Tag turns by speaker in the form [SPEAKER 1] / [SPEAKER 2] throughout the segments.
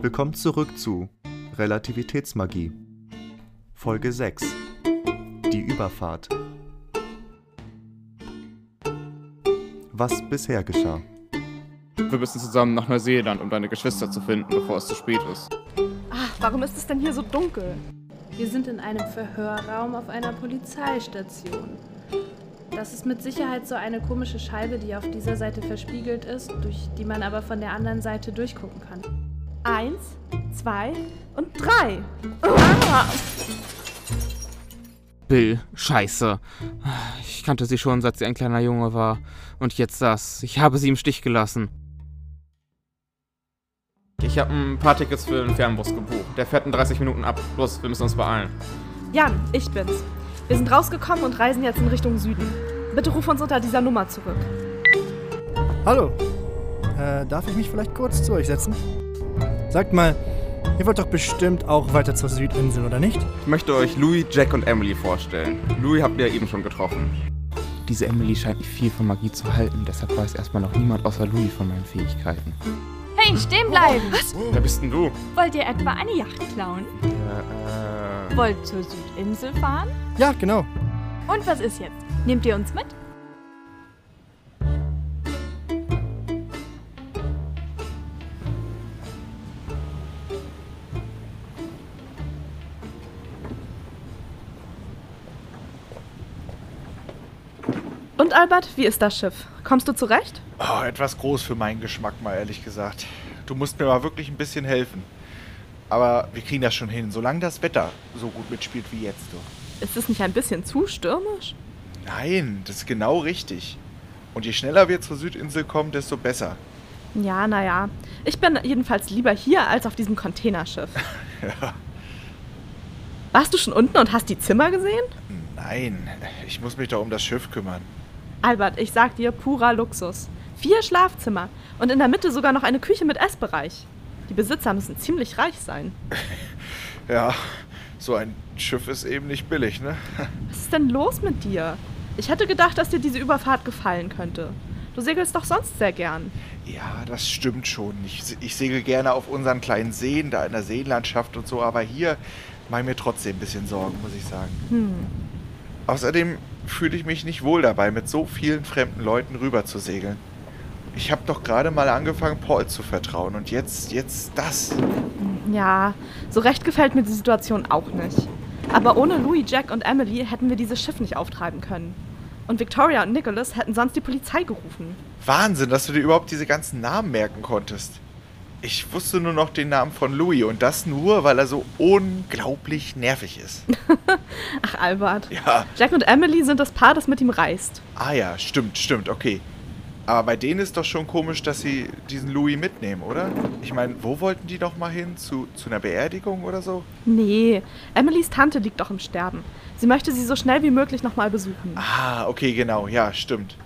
[SPEAKER 1] Willkommen zurück zu Relativitätsmagie. Folge 6. Die Überfahrt. Was bisher geschah.
[SPEAKER 2] Wir müssen zusammen nach Neuseeland, um deine Geschwister zu finden, bevor es zu spät ist.
[SPEAKER 3] Ach, warum ist es denn hier so dunkel?
[SPEAKER 4] Wir sind in einem Verhörraum auf einer Polizeistation. Das ist mit Sicherheit so eine komische Scheibe, die auf dieser Seite verspiegelt ist, durch die man aber von der anderen Seite durchgucken kann.
[SPEAKER 3] Eins, zwei und drei. Ah!
[SPEAKER 2] Bill, scheiße. Ich kannte sie schon, seit sie ein kleiner Junge war. Und jetzt das. Ich habe sie im Stich gelassen. Ich habe ein paar Tickets für den Fernbus gebucht. Der fährt in 30 Minuten ab. Los, wir müssen uns beeilen.
[SPEAKER 3] Jan, ich bin's. Wir sind rausgekommen und reisen jetzt in Richtung Süden. Bitte ruf uns unter dieser Nummer zurück.
[SPEAKER 5] Hallo. Äh, darf ich mich vielleicht kurz zu euch setzen? Sagt mal, ihr wollt doch bestimmt auch weiter zur Südinsel, oder nicht?
[SPEAKER 2] Ich möchte euch Louis, Jack und Emily vorstellen. Louis habt ihr eben schon getroffen. Diese Emily scheint nicht viel von Magie zu halten, deshalb weiß erstmal noch niemand außer Louis von meinen Fähigkeiten.
[SPEAKER 6] Hey, stehen bleiben! Was?
[SPEAKER 2] Wer bist denn du?
[SPEAKER 6] Wollt ihr etwa eine Yacht klauen?
[SPEAKER 2] Äh,
[SPEAKER 6] Wollt zur Südinsel fahren?
[SPEAKER 5] Ja, genau.
[SPEAKER 6] Und was ist jetzt? Nehmt ihr uns mit?
[SPEAKER 3] Und Albert, wie ist das Schiff? Kommst du zurecht?
[SPEAKER 7] Oh, etwas groß für meinen Geschmack, mal ehrlich gesagt. Du musst mir mal wirklich ein bisschen helfen. Aber wir kriegen das schon hin, solange das Wetter so gut mitspielt wie jetzt. Du.
[SPEAKER 3] Ist es nicht ein bisschen zu stürmisch?
[SPEAKER 7] Nein, das ist genau richtig. Und je schneller wir zur Südinsel kommen, desto besser.
[SPEAKER 3] Ja, naja. Ich bin jedenfalls lieber hier als auf diesem Containerschiff.
[SPEAKER 7] Ja.
[SPEAKER 3] Warst du schon unten und hast die Zimmer gesehen?
[SPEAKER 7] Nein, ich muss mich doch um das Schiff kümmern.
[SPEAKER 3] Albert, ich sag dir, purer Luxus. Vier Schlafzimmer und in der Mitte sogar noch eine Küche mit Essbereich. Die Besitzer müssen ziemlich reich sein.
[SPEAKER 7] Ja, so ein Schiff ist eben nicht billig, ne?
[SPEAKER 3] Was ist denn los mit dir? Ich hätte gedacht, dass dir diese Überfahrt gefallen könnte. Du segelst doch sonst sehr gern.
[SPEAKER 7] Ja, das stimmt schon. Ich, se- ich segel gerne auf unseren kleinen Seen, da in der Seenlandschaft und so, aber hier mache ich mir trotzdem ein bisschen Sorgen, muss ich sagen.
[SPEAKER 3] Hm.
[SPEAKER 7] Außerdem fühle ich mich nicht wohl dabei, mit so vielen fremden Leuten rüber zu segeln. Ich habe doch gerade mal angefangen, Paul zu vertrauen und jetzt, jetzt das.
[SPEAKER 3] Ja, so recht gefällt mir die Situation auch nicht. Aber ohne Louis, Jack und Emily hätten wir dieses Schiff nicht auftreiben können. Und Victoria und Nicholas hätten sonst die Polizei gerufen.
[SPEAKER 7] Wahnsinn, dass du dir überhaupt diese ganzen Namen merken konntest. Ich wusste nur noch den Namen von Louis und das nur, weil er so unglaublich nervig ist.
[SPEAKER 3] Ach, Albert.
[SPEAKER 7] Ja,
[SPEAKER 3] Jack und Emily sind das Paar, das mit ihm reist.
[SPEAKER 7] ah ja, stimmt, stimmt, okay. Aber bei denen ist doch schon komisch, dass sie diesen Louis mitnehmen, oder? Ich meine, wo wollten die doch mal hin? Zu, zu einer Beerdigung oder so?
[SPEAKER 3] Nee, Emilys Tante liegt doch im Sterben. Sie möchte sie so schnell wie möglich nochmal besuchen.
[SPEAKER 7] Ah, okay, genau, ja, stimmt.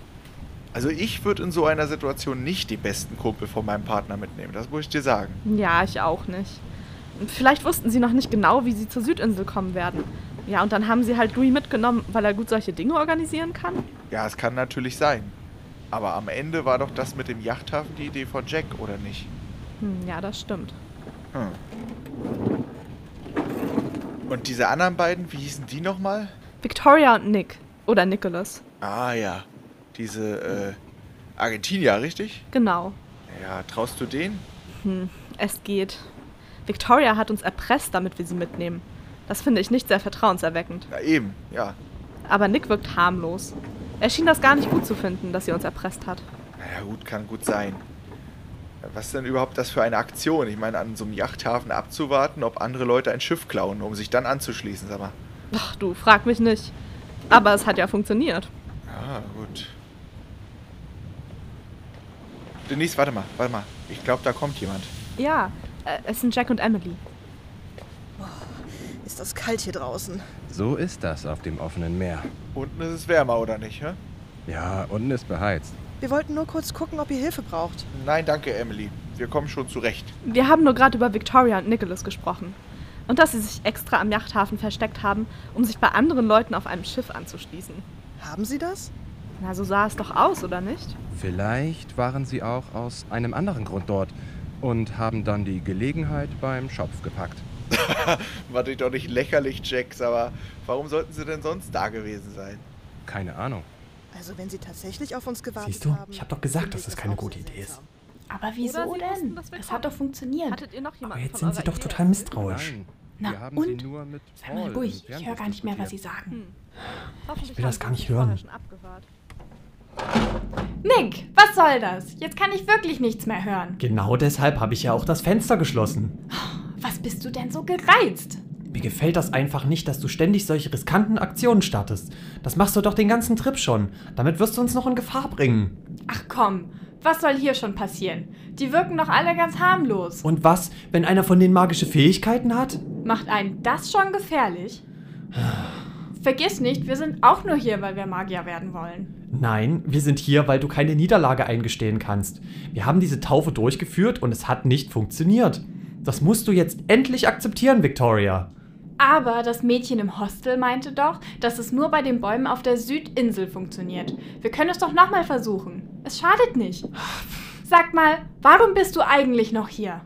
[SPEAKER 7] Also ich würde in so einer Situation nicht den besten Kumpel von meinem Partner mitnehmen, das muss ich dir sagen.
[SPEAKER 3] Ja, ich auch nicht. Vielleicht wussten sie noch nicht genau, wie sie zur Südinsel kommen werden. Ja, und dann haben sie halt Louis mitgenommen, weil er gut solche Dinge organisieren kann.
[SPEAKER 7] Ja, es kann natürlich sein. Aber am Ende war doch das mit dem Yachthafen die Idee von Jack, oder nicht?
[SPEAKER 3] Hm, ja, das stimmt.
[SPEAKER 7] Hm. Und diese anderen beiden, wie hießen die nochmal?
[SPEAKER 3] Victoria und Nick. Oder Nicholas.
[SPEAKER 7] Ah ja, diese äh, Argentinier, richtig?
[SPEAKER 3] Genau.
[SPEAKER 7] Ja, traust du denen?
[SPEAKER 3] Hm, es geht. Victoria hat uns erpresst, damit wir sie mitnehmen. Das finde ich nicht sehr vertrauenserweckend.
[SPEAKER 7] Na eben, ja.
[SPEAKER 3] Aber Nick wirkt harmlos. Er schien das gar nicht gut zu finden, dass sie uns erpresst hat.
[SPEAKER 7] Naja, gut, kann gut sein. Was ist denn überhaupt das für eine Aktion? Ich meine, an so einem Yachthafen abzuwarten, ob andere Leute ein Schiff klauen, um sich dann anzuschließen, sag mal.
[SPEAKER 3] Ach du, frag mich nicht. Aber es hat ja funktioniert.
[SPEAKER 7] Ah, gut. Denise, warte mal, warte mal. Ich glaube, da kommt jemand.
[SPEAKER 3] Ja, äh, es sind Jack und Emily.
[SPEAKER 8] Ist das kalt hier draußen?
[SPEAKER 9] So ist das auf dem offenen Meer.
[SPEAKER 7] Unten ist es wärmer, oder nicht, hä?
[SPEAKER 9] Ja, unten ist beheizt.
[SPEAKER 8] Wir wollten nur kurz gucken, ob ihr Hilfe braucht.
[SPEAKER 7] Nein, danke, Emily. Wir kommen schon zurecht.
[SPEAKER 3] Wir haben nur gerade über Victoria und Nicholas gesprochen. Und dass sie sich extra am Yachthafen versteckt haben, um sich bei anderen Leuten auf einem Schiff anzuschließen.
[SPEAKER 8] Haben sie das?
[SPEAKER 3] Na, so sah es doch aus, oder nicht?
[SPEAKER 9] Vielleicht waren sie auch aus einem anderen Grund dort. und haben dann die Gelegenheit beim Schopf gepackt.
[SPEAKER 7] War dich doch nicht lächerlich, Jax, aber warum sollten sie denn sonst da gewesen sein?
[SPEAKER 9] Keine Ahnung.
[SPEAKER 8] Also wenn sie tatsächlich auf uns gewartet
[SPEAKER 10] Siehst du?
[SPEAKER 8] haben...
[SPEAKER 10] Ich hab doch gesagt,
[SPEAKER 8] finde
[SPEAKER 10] dass
[SPEAKER 8] ich
[SPEAKER 10] das keine
[SPEAKER 8] auch
[SPEAKER 10] gute
[SPEAKER 8] sehr
[SPEAKER 10] Idee ist.
[SPEAKER 8] seltsam.
[SPEAKER 6] Aber
[SPEAKER 3] Oder
[SPEAKER 6] wieso
[SPEAKER 3] sie wussten,
[SPEAKER 6] denn?
[SPEAKER 3] was wir
[SPEAKER 6] Das
[SPEAKER 3] kommen.
[SPEAKER 6] hat doch funktioniert.
[SPEAKER 3] Hattet ihr noch jemanden
[SPEAKER 10] Aber
[SPEAKER 3] von
[SPEAKER 10] jetzt sind sie
[SPEAKER 3] eurer
[SPEAKER 10] doch
[SPEAKER 3] Ehe?
[SPEAKER 10] total misstrauisch.
[SPEAKER 9] Nein,
[SPEAKER 6] Na,
[SPEAKER 9] wir haben
[SPEAKER 6] und?
[SPEAKER 9] sie nur mit
[SPEAKER 6] Sei mal
[SPEAKER 9] Paul
[SPEAKER 6] ruhig, ich
[SPEAKER 9] im
[SPEAKER 6] höre
[SPEAKER 9] Fernbus
[SPEAKER 6] gar nicht mehr, was sie
[SPEAKER 9] diskutiert.
[SPEAKER 6] sagen.
[SPEAKER 3] Hm. Hoffentlich
[SPEAKER 10] will
[SPEAKER 3] haben
[SPEAKER 10] das
[SPEAKER 3] sie
[SPEAKER 10] gar
[SPEAKER 3] uns
[SPEAKER 10] nicht hören.
[SPEAKER 3] vorher schon abgewahrt.
[SPEAKER 6] Nick, was soll das? Jetzt kann ich wirklich nichts mehr hören.
[SPEAKER 10] Genau deshalb habe ich ja auch das Fenster geschlossen.
[SPEAKER 6] Was bist du denn so gereizt?
[SPEAKER 10] Mir gefällt das einfach nicht, dass du ständig solche riskanten Aktionen startest. Das machst du doch den ganzen Trip schon. Damit wirst du uns noch in Gefahr bringen.
[SPEAKER 6] Ach komm, was soll hier schon passieren? Die wirken doch alle ganz harmlos.
[SPEAKER 10] Und was, wenn einer von denen magische Fähigkeiten hat?
[SPEAKER 6] Macht einen das schon gefährlich? Vergiss nicht, wir sind auch nur hier, weil wir Magier werden wollen.
[SPEAKER 10] Nein, wir sind hier, weil du keine Niederlage eingestehen kannst. Wir haben diese Taufe durchgeführt und es hat nicht funktioniert. Das musst du jetzt endlich akzeptieren, Victoria.
[SPEAKER 6] Aber das Mädchen im Hostel meinte doch, dass es nur bei den Bäumen auf der Südinsel funktioniert. Wir können es doch nochmal versuchen. Es schadet nicht. Sag mal, warum bist du eigentlich noch hier?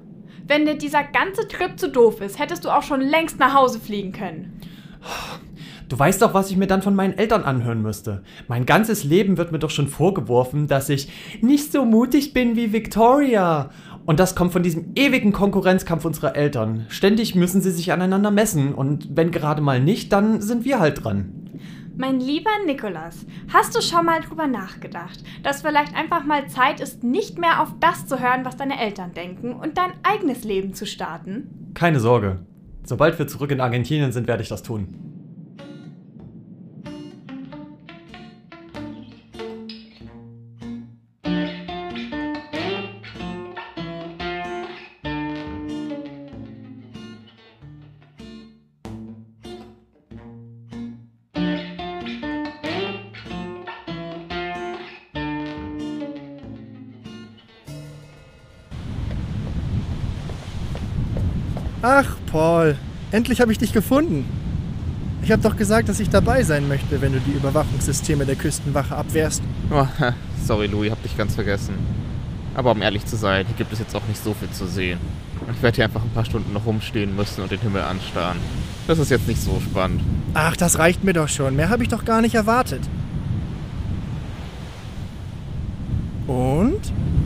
[SPEAKER 6] Wenn dir dieser ganze Trip zu doof ist, hättest du auch schon längst nach Hause fliegen können.
[SPEAKER 10] Du weißt doch, was ich mir dann von meinen Eltern anhören müsste. Mein ganzes Leben wird mir doch schon vorgeworfen, dass ich nicht so mutig bin wie Victoria. Und das kommt von diesem ewigen Konkurrenzkampf unserer Eltern. Ständig müssen sie sich aneinander messen und wenn gerade mal nicht, dann sind wir halt dran.
[SPEAKER 6] Mein lieber Nikolas, hast du schon mal drüber nachgedacht, dass vielleicht einfach mal Zeit ist, nicht mehr auf das zu hören, was deine Eltern denken und dein eigenes Leben zu starten?
[SPEAKER 10] Keine Sorge. Sobald wir zurück in Argentinien sind, werde ich das tun.
[SPEAKER 5] Ach, Paul, endlich habe ich dich gefunden. Ich habe doch gesagt, dass ich dabei sein möchte, wenn du die Überwachungssysteme der Küstenwache abwehrst.
[SPEAKER 2] Oh, sorry, Louis, hab dich ganz vergessen. Aber um ehrlich zu sein, hier gibt es jetzt auch nicht so viel zu sehen. Ich werde hier einfach ein paar Stunden noch rumstehen müssen und den Himmel anstarren. Das ist jetzt nicht so spannend.
[SPEAKER 5] Ach, das reicht mir doch schon. Mehr habe ich doch gar nicht erwartet. Und?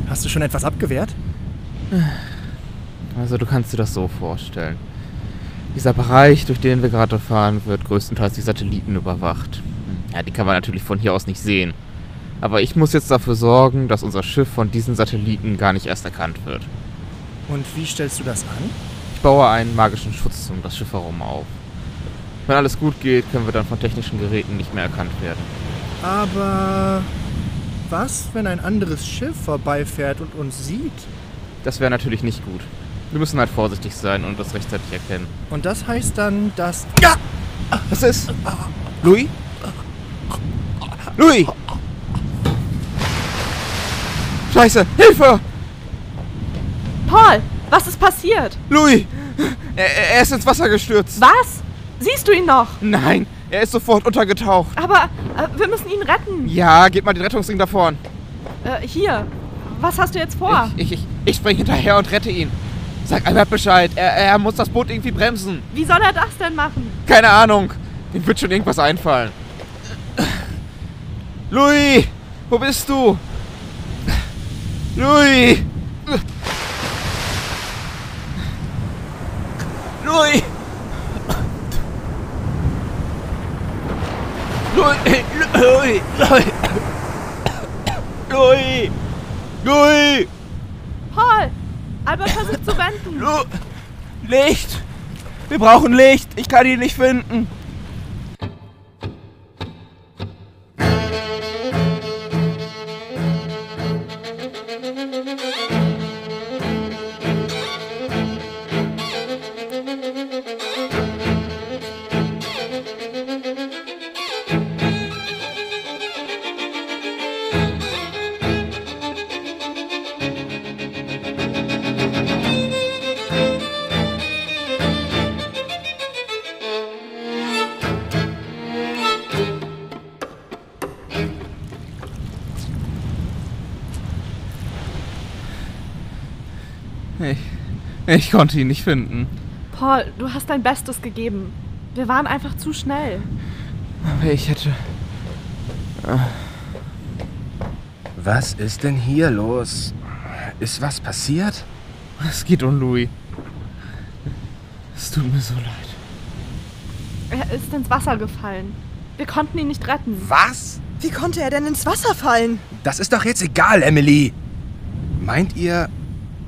[SPEAKER 5] Hast du schon etwas abgewehrt?
[SPEAKER 2] Also du kannst dir das so vorstellen. Dieser Bereich, durch den wir gerade fahren, wird größtenteils durch Satelliten überwacht. Ja, die kann man natürlich von hier aus nicht sehen. Aber ich muss jetzt dafür sorgen, dass unser Schiff von diesen Satelliten gar nicht erst erkannt wird.
[SPEAKER 5] Und wie stellst du das an?
[SPEAKER 2] Ich baue einen magischen Schutz um das Schiff herum auf. Wenn alles gut geht, können wir dann von technischen Geräten nicht mehr erkannt werden.
[SPEAKER 5] Aber was, wenn ein anderes Schiff vorbeifährt und uns sieht?
[SPEAKER 2] Das wäre natürlich nicht gut. Wir müssen halt vorsichtig sein und das rechtzeitig erkennen.
[SPEAKER 5] Und das heißt dann, dass... Ah. Ja!
[SPEAKER 2] Was ist? Louis? Louis! Scheiße! Hilfe!
[SPEAKER 3] Paul, was ist passiert?
[SPEAKER 2] Louis! Er, er ist ins Wasser gestürzt.
[SPEAKER 3] Was? Siehst du ihn noch?
[SPEAKER 2] Nein, er ist sofort untergetaucht.
[SPEAKER 3] Aber äh, wir müssen ihn retten.
[SPEAKER 2] Ja, gib mal den Rettungsring davon.
[SPEAKER 3] Äh, hier. Was hast du jetzt vor?
[SPEAKER 2] Ich, ich, ich spring hinterher und rette ihn. Sag Albert Bescheid. Er, er muss das Boot irgendwie bremsen.
[SPEAKER 3] Wie soll er das denn machen?
[SPEAKER 2] Keine Ahnung. Dem wird schon irgendwas einfallen. Louis, wo bist du? Louis! Louis! Louis! Louis! Louis!
[SPEAKER 11] Äh,
[SPEAKER 2] Louis! Louis!
[SPEAKER 3] Paul! Albert versucht zu wenden.
[SPEAKER 2] Lu Licht! Wir brauchen Licht! Ich kann ihn nicht finden!
[SPEAKER 8] Abenteuer
[SPEAKER 2] Ich, ich konnte ihn nicht finden.
[SPEAKER 3] Paul, du hast dein Bestes gegeben. Wir waren einfach zu schnell.
[SPEAKER 2] Aber ich hätte. Ah,
[SPEAKER 9] Was ist denn hier los? Ist was passiert?
[SPEAKER 2] Es geht um Louis. Es tut mir so leid.
[SPEAKER 3] Er ist ins Wasser gefallen. Wir konnten ihn nicht retten.
[SPEAKER 9] Was?
[SPEAKER 8] Wie konnte er denn ins Wasser fallen?
[SPEAKER 9] Das ist doch jetzt egal, Emily. Meint ihr,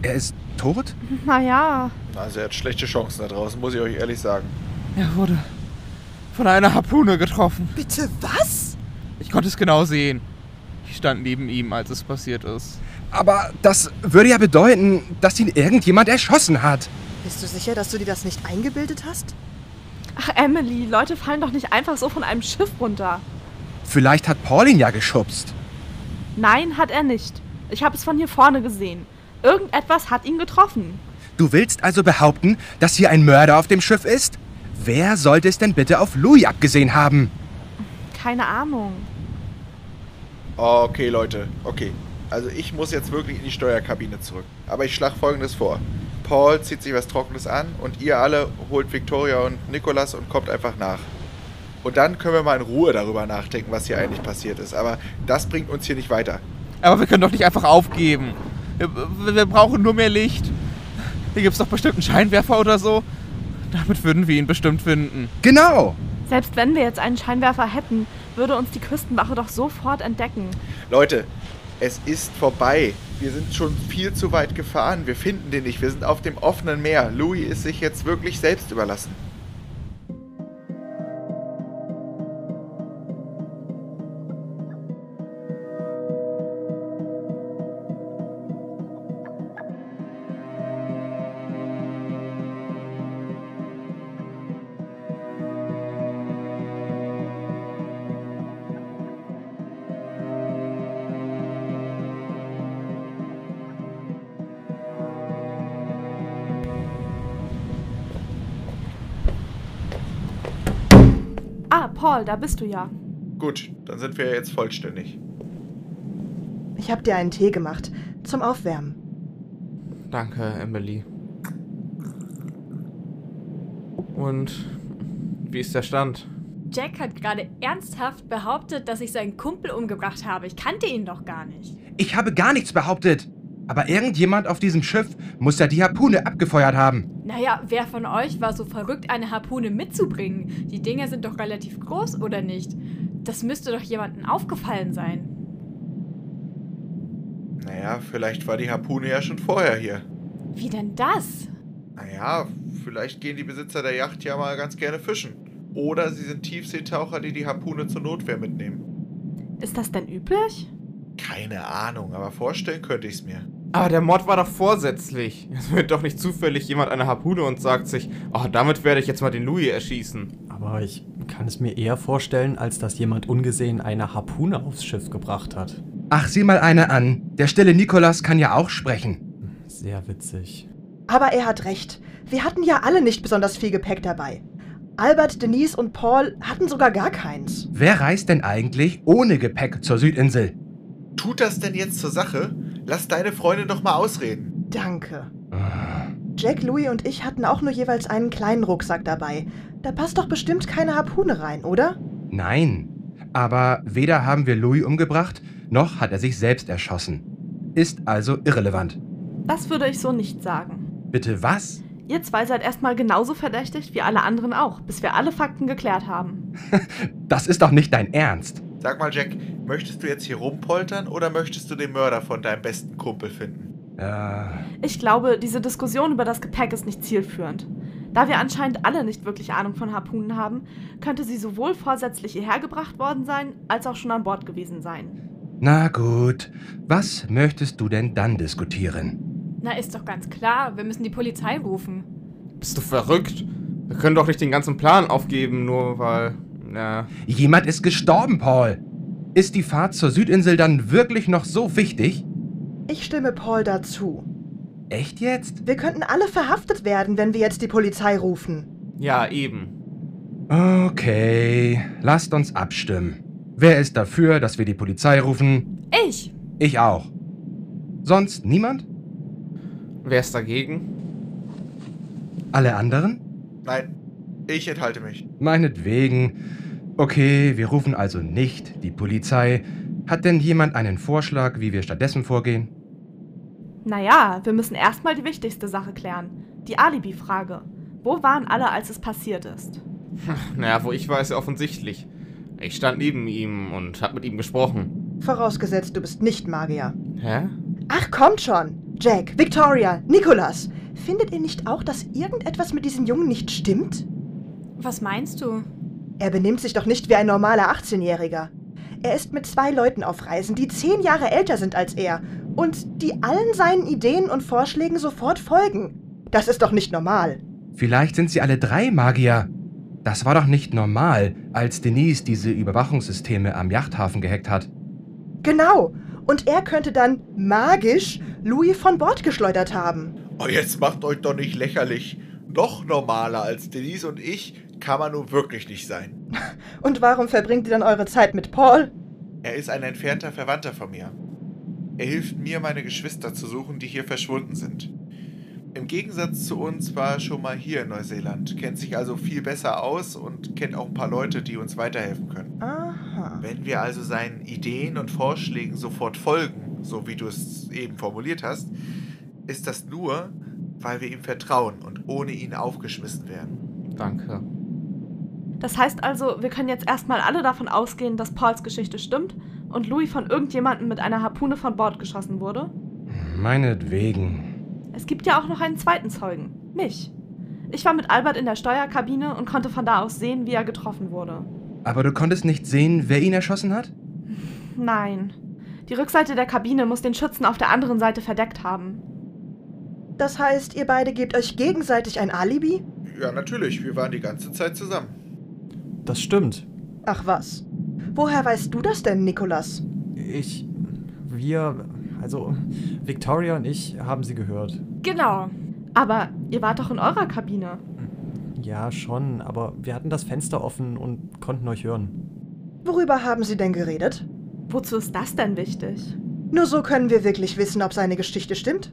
[SPEAKER 9] er ist tot?
[SPEAKER 3] Naja,
[SPEAKER 7] Also er hat schlechte Chancen da draußen, muss ich euch ehrlich sagen.
[SPEAKER 2] Er wurde von einer Harpune getroffen.
[SPEAKER 8] Bitte was?
[SPEAKER 2] Ich konnte es genau sehen. Ich stand neben ihm, als es passiert ist.
[SPEAKER 9] Aber das würde ja bedeuten, dass ihn irgendjemand erschossen hat.
[SPEAKER 8] Bist du sicher, dass du dir das nicht eingebildet hast?
[SPEAKER 3] Ach, Emily, Leute fallen doch nicht einfach so von einem Schiff runter.
[SPEAKER 9] Vielleicht hat Paul ihn ja geschubst.
[SPEAKER 3] Nein, hat er nicht. Ich habe es von hier vorne gesehen. Irgendetwas hat ihn getroffen.
[SPEAKER 9] Du willst also behaupten, dass hier ein Mörder auf dem Schiff ist? Wer sollte es denn bitte auf Louis abgesehen haben?
[SPEAKER 3] Keine Ahnung.
[SPEAKER 7] Okay, Leute, okay. Also ich muss jetzt wirklich in die Steuerkabine zurück. Aber ich schlage folgendes vor. Paul zieht sich was Trockenes an und ihr alle holt Victoria und Nikolas und kommt einfach nach. Und dann können wir mal in Ruhe darüber nachdenken, was hier eigentlich passiert ist. Aber das bringt uns hier nicht weiter.
[SPEAKER 2] Aber wir können doch nicht einfach aufgeben. Wir, wir brauchen nur mehr Licht. Hier gibt es doch bestimmt einen Scheinwerfer oder so. Damit würden wir ihn bestimmt finden.
[SPEAKER 9] Genau!
[SPEAKER 3] Selbst wenn wir jetzt einen Scheinwerfer hätten, würde uns die Küstenwache doch sofort entdecken.
[SPEAKER 7] Leute, es ist vorbei. Wir sind schon viel zu weit gefahren. Wir finden den nicht. Wir sind auf dem offenen Meer. Louis ist sich jetzt wirklich selbst überlassen.
[SPEAKER 3] Ah, Paul, da bist du ja.
[SPEAKER 7] Gut, dann sind wir jetzt vollständig.
[SPEAKER 8] Ich habe dir einen Tee gemacht. Zum Aufwärmen.
[SPEAKER 2] Danke, Emily. Und wie ist der Stand?
[SPEAKER 6] Jack hat gerade ernsthaft behauptet, dass ich seinen Kumpel umgebracht habe. Ich kannte ihn doch gar nicht.
[SPEAKER 9] Ich habe gar nichts behauptet. Aber irgendjemand auf diesem Schiff muss ja die Harpune abgefeuert haben.
[SPEAKER 6] Naja, wer von euch war so verrückt, eine Harpune mitzubringen? Die Dinger sind doch relativ groß, oder nicht? Das müsste doch jemandem aufgefallen sein.
[SPEAKER 7] Naja, vielleicht war die Harpune ja schon vorher hier.
[SPEAKER 6] Wie denn das?
[SPEAKER 7] Naja, vielleicht gehen die Besitzer der Yacht ja mal ganz gerne fischen. Oder sie sind Tiefseetaucher, die die Harpune zur Notwehr mitnehmen.
[SPEAKER 3] Ist das denn üblich?
[SPEAKER 7] Keine Ahnung, aber vorstellen könnte ich's mir.
[SPEAKER 2] Aber der Mord war doch vorsätzlich. Es wird doch nicht zufällig jemand eine Harpune und sagt sich, oh, damit werde ich jetzt mal den Louis erschießen.
[SPEAKER 10] Aber ich kann es mir eher vorstellen, als dass jemand ungesehen eine Harpune aufs Schiff gebracht hat.
[SPEAKER 9] Ach, sieh mal einer an. Der stille Nikolas kann ja auch sprechen.
[SPEAKER 10] Sehr witzig.
[SPEAKER 8] Aber er hat recht. Wir hatten ja alle nicht besonders viel Gepäck dabei. Albert, Denise und Paul hatten sogar gar keins.
[SPEAKER 9] Wer reist denn eigentlich ohne Gepäck zur Südinsel?
[SPEAKER 7] Tut das denn jetzt zur Sache? Lass deine Freundin doch mal ausreden.
[SPEAKER 8] Danke. Jack, Louis und ich hatten auch nur jeweils einen kleinen Rucksack dabei. Da passt doch bestimmt keine Harpune rein, oder?
[SPEAKER 9] Nein. Aber weder haben wir Louis umgebracht, noch hat er sich selbst erschossen. Ist also irrelevant.
[SPEAKER 3] Das würde ich so nicht sagen.
[SPEAKER 9] Bitte was?
[SPEAKER 3] Ihr zwei seid erstmal genauso verdächtigt wie alle anderen auch, bis wir alle Fakten geklärt haben.
[SPEAKER 9] Das ist doch nicht dein Ernst.
[SPEAKER 7] Sag mal, Jack, möchtest du jetzt hier rumpoltern oder möchtest du den Mörder von deinem besten Kumpel finden?
[SPEAKER 9] Äh,
[SPEAKER 3] Ich glaube, diese Diskussion über das Gepäck ist nicht zielführend. Da wir anscheinend alle nicht wirklich Ahnung von Harpunen haben, könnte sie sowohl vorsätzlich hierher gebracht worden sein, als auch schon an Bord gewesen sein.
[SPEAKER 9] na gut. Was möchtest du denn dann diskutieren?
[SPEAKER 6] Na, ist doch ganz klar, wir müssen die Polizei rufen.
[SPEAKER 2] Bist du verrückt? Wir können doch nicht den ganzen Plan aufgeben, nur weil. Na.
[SPEAKER 9] Jemand ist gestorben, Paul. Ist die Fahrt zur Südinsel dann wirklich noch so wichtig?
[SPEAKER 8] Ich stimme Paul dazu.
[SPEAKER 9] Echt jetzt?
[SPEAKER 8] Wir könnten alle verhaftet werden, wenn wir jetzt die Polizei rufen.
[SPEAKER 2] Ja, eben.
[SPEAKER 9] Okay, lasst uns abstimmen. Wer ist dafür, dass wir die Polizei rufen?
[SPEAKER 6] Ich!
[SPEAKER 9] Ich auch. Sonst niemand?
[SPEAKER 2] Wer ist dagegen?
[SPEAKER 9] Alle anderen?
[SPEAKER 7] Nein, ich enthalte mich.
[SPEAKER 9] Meinetwegen. Okay, wir rufen also nicht die Polizei. Hat denn jemand einen Vorschlag, wie wir stattdessen vorgehen?
[SPEAKER 3] Naja, wir müssen erstmal die wichtigste Sache klären. Die Alibi-Frage. Wo waren alle, als es passiert ist?
[SPEAKER 2] Naja, wo ich war, ist ja offensichtlich. Ich stand neben ihm und hab mit ihm gesprochen.
[SPEAKER 8] Vorausgesetzt, du bist nicht Magier.
[SPEAKER 2] Hä?
[SPEAKER 8] Ach, kommt schon! Jack, Victoria, Nicholas! Findet ihr nicht auch, dass irgendetwas mit diesem Jungen nicht stimmt?
[SPEAKER 6] Was meinst du?
[SPEAKER 8] Er benimmt sich doch nicht wie ein normaler 18-Jähriger. Er ist mit zwei Leuten auf Reisen, die zehn Jahre älter sind als er und die allen seinen Ideen und Vorschlägen sofort folgen. Das ist doch nicht normal.
[SPEAKER 9] Vielleicht sind sie alle drei Magier. Das war doch nicht normal, als Denise diese Überwachungssysteme am Yachthafen gehackt hat.
[SPEAKER 8] Genau. Und er könnte dann magisch Louis von Bord geschleudert haben.
[SPEAKER 7] Oh, jetzt macht euch doch nicht lächerlich. Noch normaler als Denise und ich kann man nun wirklich nicht sein.
[SPEAKER 8] Und warum verbringt ihr dann eure Zeit mit Paul?
[SPEAKER 7] Er ist ein entfernter Verwandter von mir. Er hilft mir, meine Geschwister zu suchen, die hier verschwunden sind. Im Gegensatz zu uns war er schon mal hier in Neuseeland, kennt sich also viel besser aus und kennt auch ein paar Leute, die uns weiterhelfen können.
[SPEAKER 8] Aha.
[SPEAKER 7] Wenn wir also seinen Ideen und Vorschlägen sofort folgen, so wie du es eben formuliert hast, ist das nur, weil wir ihm vertrauen und ohne ihn aufgeschmissen werden.
[SPEAKER 2] Danke.
[SPEAKER 3] Das heißt also, wir können jetzt erstmal alle davon ausgehen, dass Pauls Geschichte stimmt und Louis von irgendjemandem mit einer Harpune von Bord geschossen wurde.
[SPEAKER 9] Meinetwegen.
[SPEAKER 3] Es gibt ja auch noch einen zweiten Zeugen, mich. Ich war mit Albert in der Steuerkabine und konnte von da aus sehen, wie er getroffen wurde.
[SPEAKER 9] Aber du konntest nicht sehen, wer ihn erschossen hat?
[SPEAKER 3] Nein. Die Rückseite der Kabine muss den Schützen auf der anderen Seite verdeckt haben.
[SPEAKER 8] Das heißt, ihr beide gebt euch gegenseitig ein Alibi?
[SPEAKER 7] Ja, natürlich, wir waren die ganze Zeit zusammen.
[SPEAKER 10] Das stimmt.
[SPEAKER 8] Ach was. Woher weißt du das denn, Nikolas?
[SPEAKER 10] Ich. Wir. Also, Victoria und ich haben sie gehört.
[SPEAKER 6] Genau.
[SPEAKER 3] Aber ihr wart doch in eurer Kabine.
[SPEAKER 10] Ja, schon, aber wir hatten das Fenster offen und konnten euch hören.
[SPEAKER 8] Worüber haben sie denn geredet?
[SPEAKER 3] Wozu ist das denn wichtig?
[SPEAKER 8] Nur so können wir wirklich wissen, ob seine Geschichte stimmt.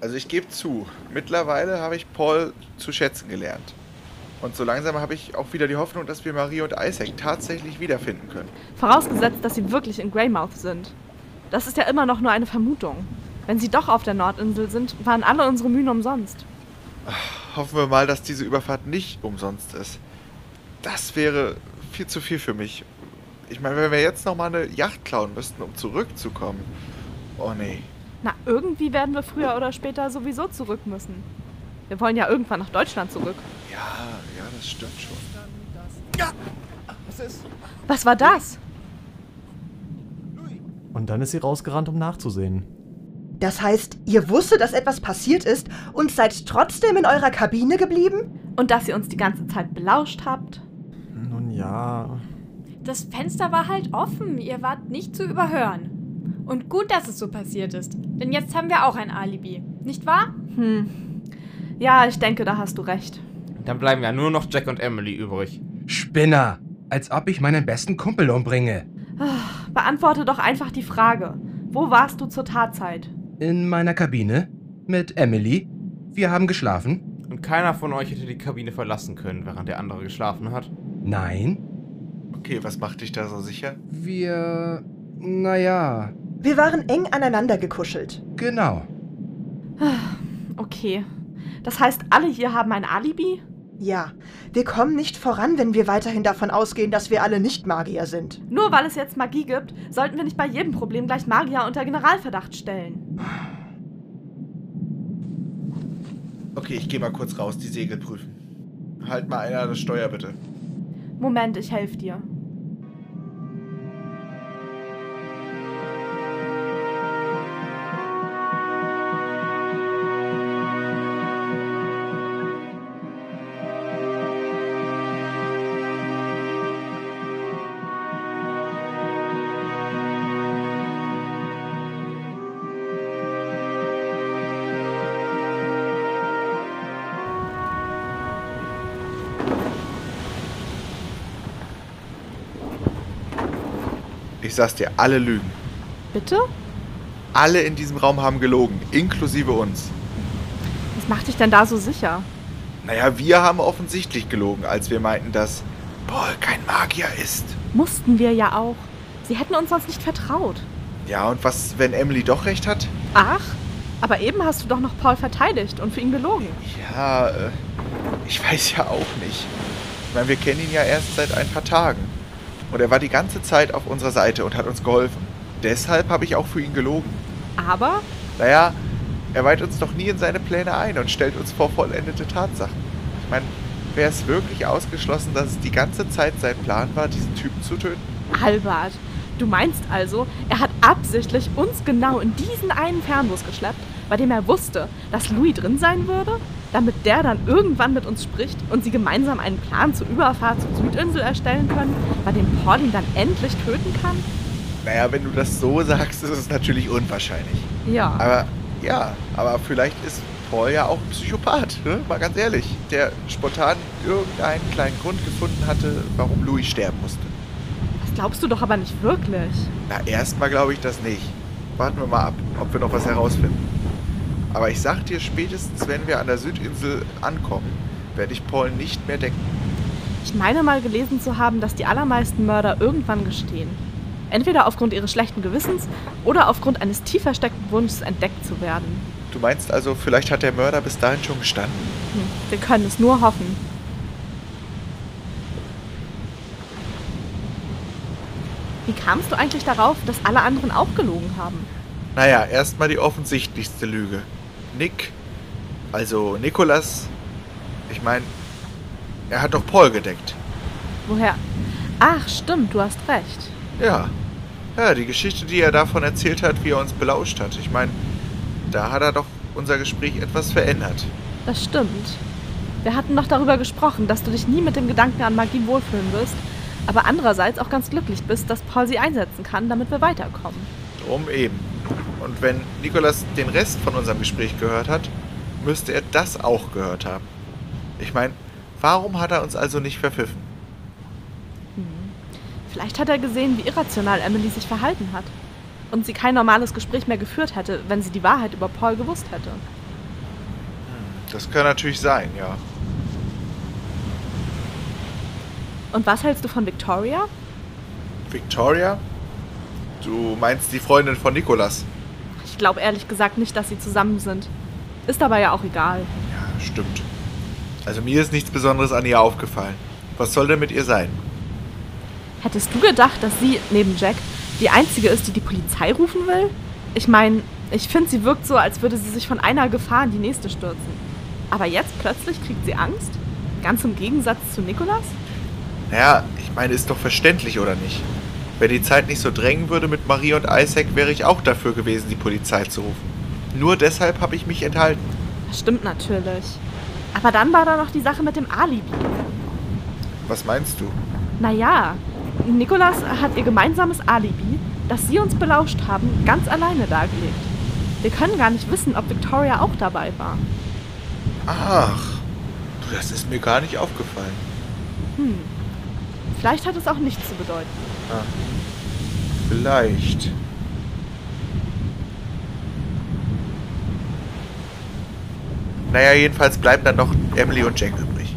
[SPEAKER 7] Also ich gebe zu, mittlerweile habe ich Paul zu schätzen gelernt. Und so langsam habe ich auch wieder die Hoffnung, dass wir Marie und Isaac tatsächlich wiederfinden können.
[SPEAKER 3] Vorausgesetzt, dass sie wirklich in Greymouth sind. Das ist ja immer noch nur eine Vermutung. Wenn sie doch auf der Nordinsel sind, waren alle unsere Mühen umsonst.
[SPEAKER 7] Hoffen wir mal, dass diese Überfahrt nicht umsonst ist. Das wäre viel zu viel für mich. Ich meine, wenn wir jetzt nochmal eine Yacht klauen müssten, um zurückzukommen. Oh nee.
[SPEAKER 3] Na, irgendwie werden wir früher oder später sowieso zurück müssen. Wir wollen ja irgendwann nach Deutschland zurück.
[SPEAKER 7] Ja, ja, das stimmt schon.
[SPEAKER 3] Was war das?
[SPEAKER 10] Und dann ist sie rausgerannt, um nachzusehen.
[SPEAKER 8] Das heißt, ihr wusstet, dass etwas passiert ist und seid trotzdem in eurer Kabine geblieben?
[SPEAKER 3] Und dass ihr uns die ganze Zeit belauscht habt?
[SPEAKER 10] Nun ja.
[SPEAKER 6] Das Fenster war halt offen. Ihr wart nicht zu überhören. Und gut, dass es so passiert ist. Denn jetzt haben wir auch ein Alibi. Nicht wahr?
[SPEAKER 3] Hm. Ja, ich denke, da hast du recht.
[SPEAKER 2] Dann bleiben ja nur noch Jack und Emily übrig.
[SPEAKER 9] Spinner! Als ob ich meinen besten Kumpel umbringe.
[SPEAKER 3] Ah, Beantworte doch einfach die Frage. Wo warst du zur Tatzeit?
[SPEAKER 9] In meiner Kabine mit Emily. Wir haben geschlafen.
[SPEAKER 2] Und keiner von euch hätte die Kabine verlassen können, während der andere geschlafen hat.
[SPEAKER 9] Nein,
[SPEAKER 7] Okay, was macht dich da so sicher?
[SPEAKER 9] wir. Naja,
[SPEAKER 8] Wir waren eng aneinander gekuschelt.
[SPEAKER 9] genau.
[SPEAKER 3] Okay. Das heißt, alle hier haben ein Alibi?
[SPEAKER 8] Ja, wir kommen nicht voran, wenn wir weiterhin davon ausgehen, dass wir alle nicht Magier sind.
[SPEAKER 3] Nur weil es jetzt Magie gibt, sollten wir nicht bei jedem Problem gleich Magier unter Generalverdacht stellen.
[SPEAKER 7] Okay, ich gehe mal kurz raus, die Segel prüfen. Halt mal einer das Steuer bitte.
[SPEAKER 3] Moment, ich helfe dir.
[SPEAKER 7] Ich sag's dir, alle lügen.
[SPEAKER 3] Bitte?
[SPEAKER 7] Alle in diesem Raum haben gelogen, inklusive uns.
[SPEAKER 3] Was macht dich denn da so sicher?
[SPEAKER 7] Naja, wir haben offensichtlich gelogen, als wir meinten, dass Paul kein Magier ist.
[SPEAKER 3] Mussten wir ja auch. Sie hätten uns sonst nicht vertraut.
[SPEAKER 7] Ja, und was, wenn Emily doch recht hat?
[SPEAKER 3] Ach, aber eben hast du doch noch Paul verteidigt und für ihn gelogen.
[SPEAKER 7] Ja, äh, ich weiß ja auch nicht. Ich meine, wir kennen ihn ja erst seit ein paar Tagen. Und er war die ganze Zeit auf unserer Seite und hat uns geholfen. Deshalb habe ich auch für ihn gelogen.
[SPEAKER 3] Aber
[SPEAKER 7] Naja, er weiht uns doch nie in seine Pläne ein und stellt uns vor vollendete Tatsachen. Ich meine, wäre es wirklich ausgeschlossen, dass es die ganze Zeit sein Plan war, diesen Typen zu töten?
[SPEAKER 3] Albert, du meinst also, er hat absichtlich uns genau in diesen einen Fernbus geschleppt, bei dem er wusste, dass Louis drin sein würde, damit der dann irgendwann mit uns spricht und sie gemeinsam einen Plan zur Überfahrt zur Südinsel erstellen können, bei dem Paul ihn dann endlich töten kann?
[SPEAKER 7] Naja, wenn du das so sagst, ist es natürlich unwahrscheinlich.
[SPEAKER 3] Ja.
[SPEAKER 7] Aber ja, aber vielleicht ist Paul ja auch ein Psychopath, ne? mal ganz ehrlich, der spontan irgendeinen kleinen Grund gefunden hatte, warum Louis sterben musste.
[SPEAKER 3] das glaubst du doch aber nicht wirklich.
[SPEAKER 7] Na, erstmal glaube ich das nicht. Warten wir mal ab, ob wir noch was herausfinden. Aber ich sag dir, spätestens wenn wir an der Südinsel ankommen, werde ich Paul nicht mehr decken.
[SPEAKER 3] Ich meine mal gelesen zu haben, dass die allermeisten Mörder irgendwann gestehen. Entweder aufgrund ihres schlechten Gewissens oder aufgrund eines tief versteckten Wunsches entdeckt zu werden.
[SPEAKER 7] Du meinst also, vielleicht hat der Mörder bis dahin schon gestanden?
[SPEAKER 3] Hm, wir können es nur hoffen. Wie kamst du eigentlich darauf, dass alle anderen auch gelogen haben?
[SPEAKER 7] Naja, erstmal die offensichtlichste Lüge. Nick, also Nikolas, ich meine, er hat doch Paul gedeckt.
[SPEAKER 3] Woher? Ach, stimmt, du hast recht.
[SPEAKER 7] Ja. Ja, die Geschichte, die er davon erzählt hat, wie er uns belauscht hat. Ich meine, da hat er doch unser Gespräch etwas verändert.
[SPEAKER 3] Das stimmt. Wir hatten noch darüber gesprochen, dass du dich nie mit dem Gedanken an Magie wohlfühlen wirst, aber andererseits auch ganz glücklich bist, dass Paul sie einsetzen kann, damit wir weiterkommen.
[SPEAKER 7] Drum eben. Und wenn Nikolas den Rest von unserem Gespräch gehört hat, müsste er das auch gehört haben. Ich meine, warum hat er uns also nicht verpfiffen?
[SPEAKER 3] Vielleicht hat er gesehen, wie irrational Emily sich verhalten hat. Und sie kein normales Gespräch mehr geführt hätte, wenn sie die Wahrheit über Paul gewusst hätte.
[SPEAKER 7] Das kann natürlich sein, ja.
[SPEAKER 3] Und was hältst du von Victoria?
[SPEAKER 7] Victoria? Du meinst die Freundin von Nikolas?
[SPEAKER 3] Ich glaube ehrlich gesagt nicht, dass sie zusammen sind. Ist aber ja auch egal.
[SPEAKER 7] Ja, stimmt. Also mir ist nichts Besonderes an ihr aufgefallen. Was soll denn mit ihr sein?
[SPEAKER 3] Hättest du gedacht, dass sie, neben Jack, die einzige ist, die die Polizei rufen will? Ich meine, ich finde, sie wirkt so, als würde sie sich von einer Gefahr in die nächste stürzen. Aber jetzt plötzlich kriegt sie Angst? Ganz im Gegensatz zu Nikolas?
[SPEAKER 7] Naja, ich meine, ist doch verständlich, oder nicht? Wenn die Zeit nicht so drängen würde mit Marie und Isaac, wäre ich auch dafür gewesen, die Polizei zu rufen. Nur deshalb habe ich mich enthalten.
[SPEAKER 3] Das stimmt natürlich. Aber dann war da noch die Sache mit dem Alibi.
[SPEAKER 7] Was meinst du?
[SPEAKER 3] Naja, Nikolas hat ihr gemeinsames Alibi, das sie uns belauscht haben, ganz alleine dargelegt. Wir können gar nicht wissen, ob Victoria auch dabei war.
[SPEAKER 7] Ach, du, das ist mir gar nicht aufgefallen.
[SPEAKER 3] Hm. Vielleicht hat es auch nichts zu bedeuten.
[SPEAKER 7] Ah. Vielleicht. Naja, jedenfalls bleiben dann noch Emily und Jack übrig.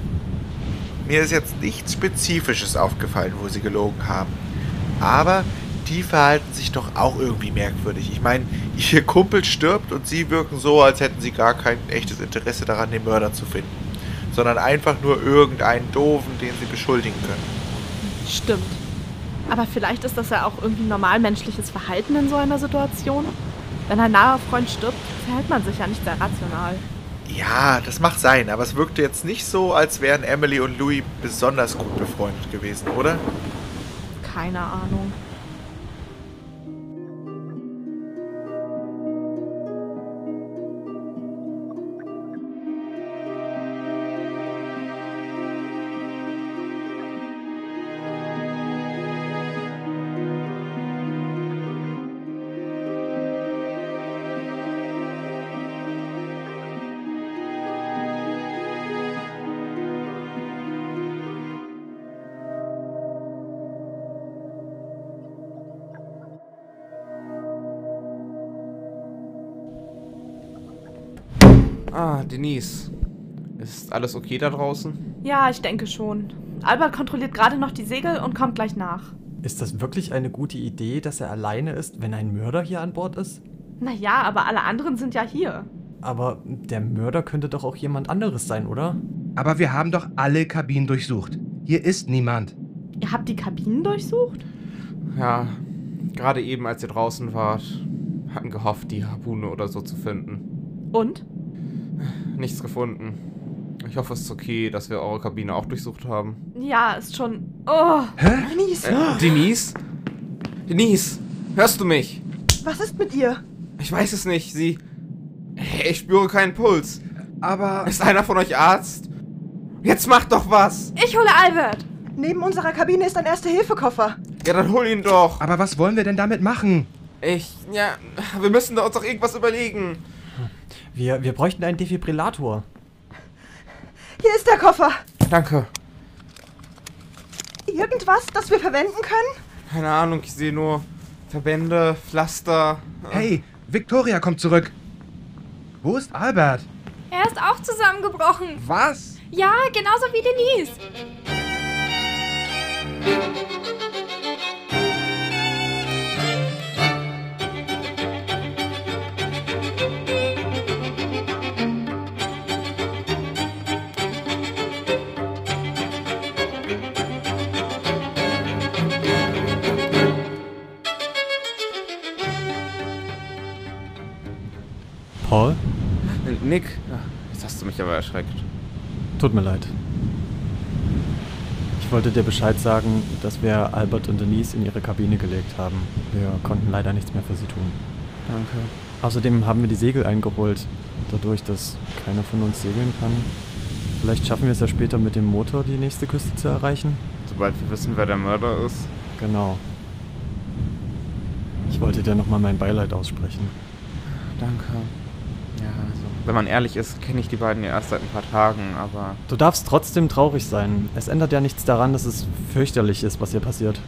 [SPEAKER 7] Mir ist jetzt nichts Spezifisches aufgefallen, wo sie gelogen haben. Aber die verhalten sich doch auch irgendwie merkwürdig. Ich meine, ihr Kumpel stirbt und sie wirken so, als hätten sie gar kein echtes Interesse daran, den Mörder zu finden. Sondern einfach nur irgendeinen Doofen, den sie beschuldigen können.
[SPEAKER 3] Stimmt. Aber vielleicht ist das ja auch irgendwie normal menschliches Verhalten in so einer Situation. Wenn ein naher Freund stirbt, verhält man sich ja nicht sehr rational.
[SPEAKER 7] Ja, das mag sein, aber es wirkte jetzt nicht so, als wären Emily und Louis besonders gut befreundet gewesen, oder?
[SPEAKER 3] Keine Ahnung.
[SPEAKER 2] Ah, Denise. Ist alles okay da draußen?
[SPEAKER 3] Ja, ich denke schon. Albert kontrolliert gerade noch die Segel und kommt gleich nach.
[SPEAKER 10] Ist das wirklich eine gute Idee, dass er alleine ist, wenn ein Mörder hier an Bord ist?
[SPEAKER 3] Naja, aber alle anderen sind ja hier.
[SPEAKER 10] Aber der Mörder könnte doch auch jemand anderes sein, oder?
[SPEAKER 9] Aber wir haben doch alle Kabinen durchsucht. Hier ist niemand.
[SPEAKER 3] Ihr habt die Kabinen durchsucht?
[SPEAKER 2] Ja, gerade eben, als ihr draußen wart, hatten gehofft, die Harpune oder so zu finden.
[SPEAKER 3] Und?
[SPEAKER 2] Nichts gefunden. Ich hoffe, es ist okay, dass wir eure Kabine auch durchsucht haben.
[SPEAKER 3] Ja, ist schon. Oh,
[SPEAKER 8] Denise,
[SPEAKER 2] Äh, Denise? Denise, hörst du mich?
[SPEAKER 8] was ist mit ihr?
[SPEAKER 2] Ich weiß es nicht, sie... Ich spüre keinen Puls.
[SPEAKER 9] Aber
[SPEAKER 2] Ist einer von euch Arzt? Jetzt macht doch was!
[SPEAKER 6] Ich hole Albert.
[SPEAKER 8] Neben unserer Kabine ist ein Erste-Hilfe-Koffer.
[SPEAKER 2] Ja, dann hol ihn doch!
[SPEAKER 9] aber was wollen wir denn damit machen?
[SPEAKER 2] Ich... Ja, wir müssen da uns doch irgendwas überlegen.
[SPEAKER 10] Wir, wir bräuchten einen Defibrillator.
[SPEAKER 8] Hier ist der Koffer.
[SPEAKER 2] Danke.
[SPEAKER 8] Irgendwas, das wir verwenden können?
[SPEAKER 2] Keine Ahnung, ich sehe nur Verbände, Pflaster.
[SPEAKER 9] Hey, Victoria kommt zurück. Wo ist Albert?
[SPEAKER 6] Er ist auch zusammengebrochen.
[SPEAKER 9] Was?
[SPEAKER 6] Ja, genauso wie Denise.
[SPEAKER 10] Paul?
[SPEAKER 2] Äh, Nick. Jetzt hast du mich aber erschreckt.
[SPEAKER 10] Tut mir leid. Ich wollte dir Bescheid sagen, dass wir Albert und Denise in ihre Kabine gelegt haben. Wir konnten leider nichts mehr für sie tun.
[SPEAKER 2] Danke.
[SPEAKER 10] Außerdem haben wir die Segel eingeholt. Dadurch, dass keiner von uns segeln kann. Vielleicht schaffen wir es ja später mit dem Motor, die nächste Küste zu erreichen.
[SPEAKER 2] Sobald wir wissen, wer der Mörder ist.
[SPEAKER 10] Genau. Ich wollte dir nochmal mein Beileid aussprechen.
[SPEAKER 2] Danke. Ja, also. Wenn man ehrlich ist, kenne ich die beiden ja erst seit ein paar Tagen, aber
[SPEAKER 10] Du darfst trotzdem traurig sein. Es ändert ja nichts daran, dass es fürchterlich ist, was hier passiert.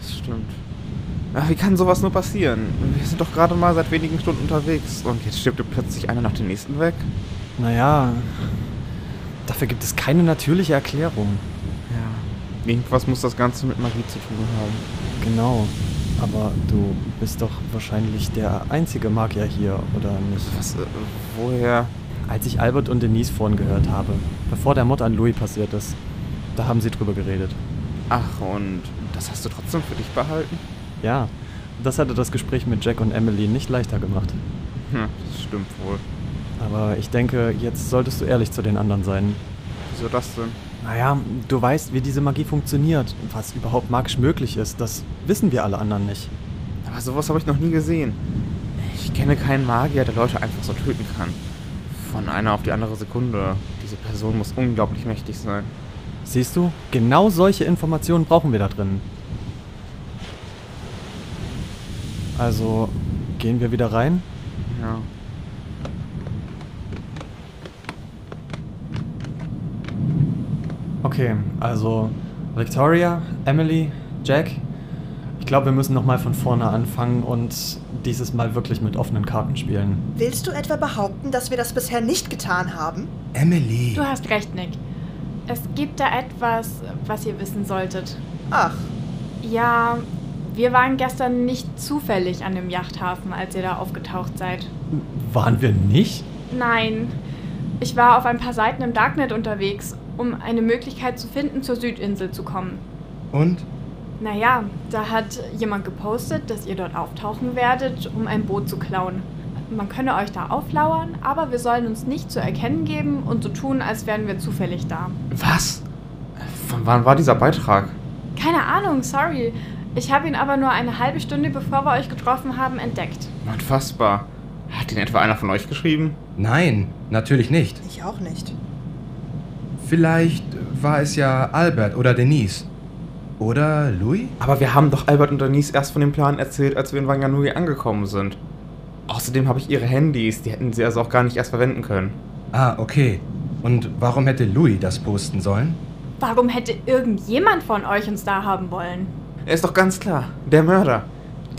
[SPEAKER 2] es stimmt. Ach, wie kann sowas nur passieren? Wir sind doch gerade mal seit wenigen Stunden unterwegs und jetzt stirbt plötzlich einer nach dem nächsten weg.
[SPEAKER 10] Naja, dafür gibt es keine natürliche Erklärung.
[SPEAKER 2] Ja. Irgendwas muss das Ganze mit Magie zu tun haben.
[SPEAKER 10] Genau. Aber du bist doch wahrscheinlich der einzige Magier hier, oder nicht?
[SPEAKER 2] Was, äh, woher?
[SPEAKER 10] Als ich Albert und Denise vorhin gehört habe, bevor der Mord an Louis passiert ist, da haben sie drüber geredet.
[SPEAKER 2] Ach, und das hast du trotzdem für dich behalten?
[SPEAKER 10] Ja, das hatte das Gespräch mit Jack und Emily nicht leichter gemacht.
[SPEAKER 2] Hm, das stimmt wohl.
[SPEAKER 10] Aber ich denke, jetzt solltest du ehrlich zu den anderen sein.
[SPEAKER 2] Wieso das denn?
[SPEAKER 10] Naja, du weißt, wie diese Magie funktioniert. Was überhaupt magisch möglich ist, das wissen wir alle anderen nicht.
[SPEAKER 2] Aber sowas habe ich noch nie gesehen. Ich kenne keinen Magier, der Leute einfach so töten kann. Von einer auf die andere Sekunde. Diese Person muss unglaublich mächtig sein.
[SPEAKER 10] Siehst du, genau solche Informationen brauchen wir da drin. Also, gehen wir wieder rein?
[SPEAKER 2] Ja.
[SPEAKER 10] Okay, also Victoria, Emily, Jack. Ich glaube, wir müssen nochmal von vorne anfangen und dieses Mal wirklich mit offenen Karten spielen.
[SPEAKER 8] Willst du etwa behaupten, dass wir das bisher nicht getan haben?
[SPEAKER 9] Emily.
[SPEAKER 6] Du hast recht, Nick. Es gibt da etwas, was ihr wissen solltet.
[SPEAKER 8] Ach,
[SPEAKER 6] Ja, wir waren gestern nicht zufällig an dem Yachthafen, als ihr da aufgetaucht seid.
[SPEAKER 10] Waren wir nicht?
[SPEAKER 6] Nein, ich war auf ein paar Seiten im Darknet unterwegs, um eine Möglichkeit zu finden, zur Südinsel zu kommen.
[SPEAKER 9] Und?
[SPEAKER 6] Naja, da hat jemand gepostet, dass ihr dort auftauchen werdet, um ein Boot zu klauen. Man könne euch da auflauern, aber wir sollen uns nicht zu erkennen geben und so tun, als wären wir zufällig da.
[SPEAKER 2] Was? Von wann war dieser Beitrag?
[SPEAKER 6] Keine Ahnung, sorry. Ich habe ihn aber nur eine halbe Stunde bevor wir euch getroffen haben entdeckt.
[SPEAKER 2] Unfassbar. Hat den etwa einer von euch geschrieben?
[SPEAKER 9] Nein, natürlich nicht.
[SPEAKER 8] ich auch nicht.
[SPEAKER 9] Vielleicht war es ja Albert oder Denise. Oder Louis?
[SPEAKER 2] Aber wir haben doch Albert und Denise erst von dem Plan erzählt, als wir in Wanganui angekommen sind. Außerdem habe ich ihre Handys, die hätten sie also auch gar nicht erst verwenden können.
[SPEAKER 9] Ah, okay. Und warum hätte Louis das posten sollen?
[SPEAKER 6] Warum hätte irgendjemand von euch uns da haben wollen?
[SPEAKER 2] Ist doch ganz klar, der Mörder.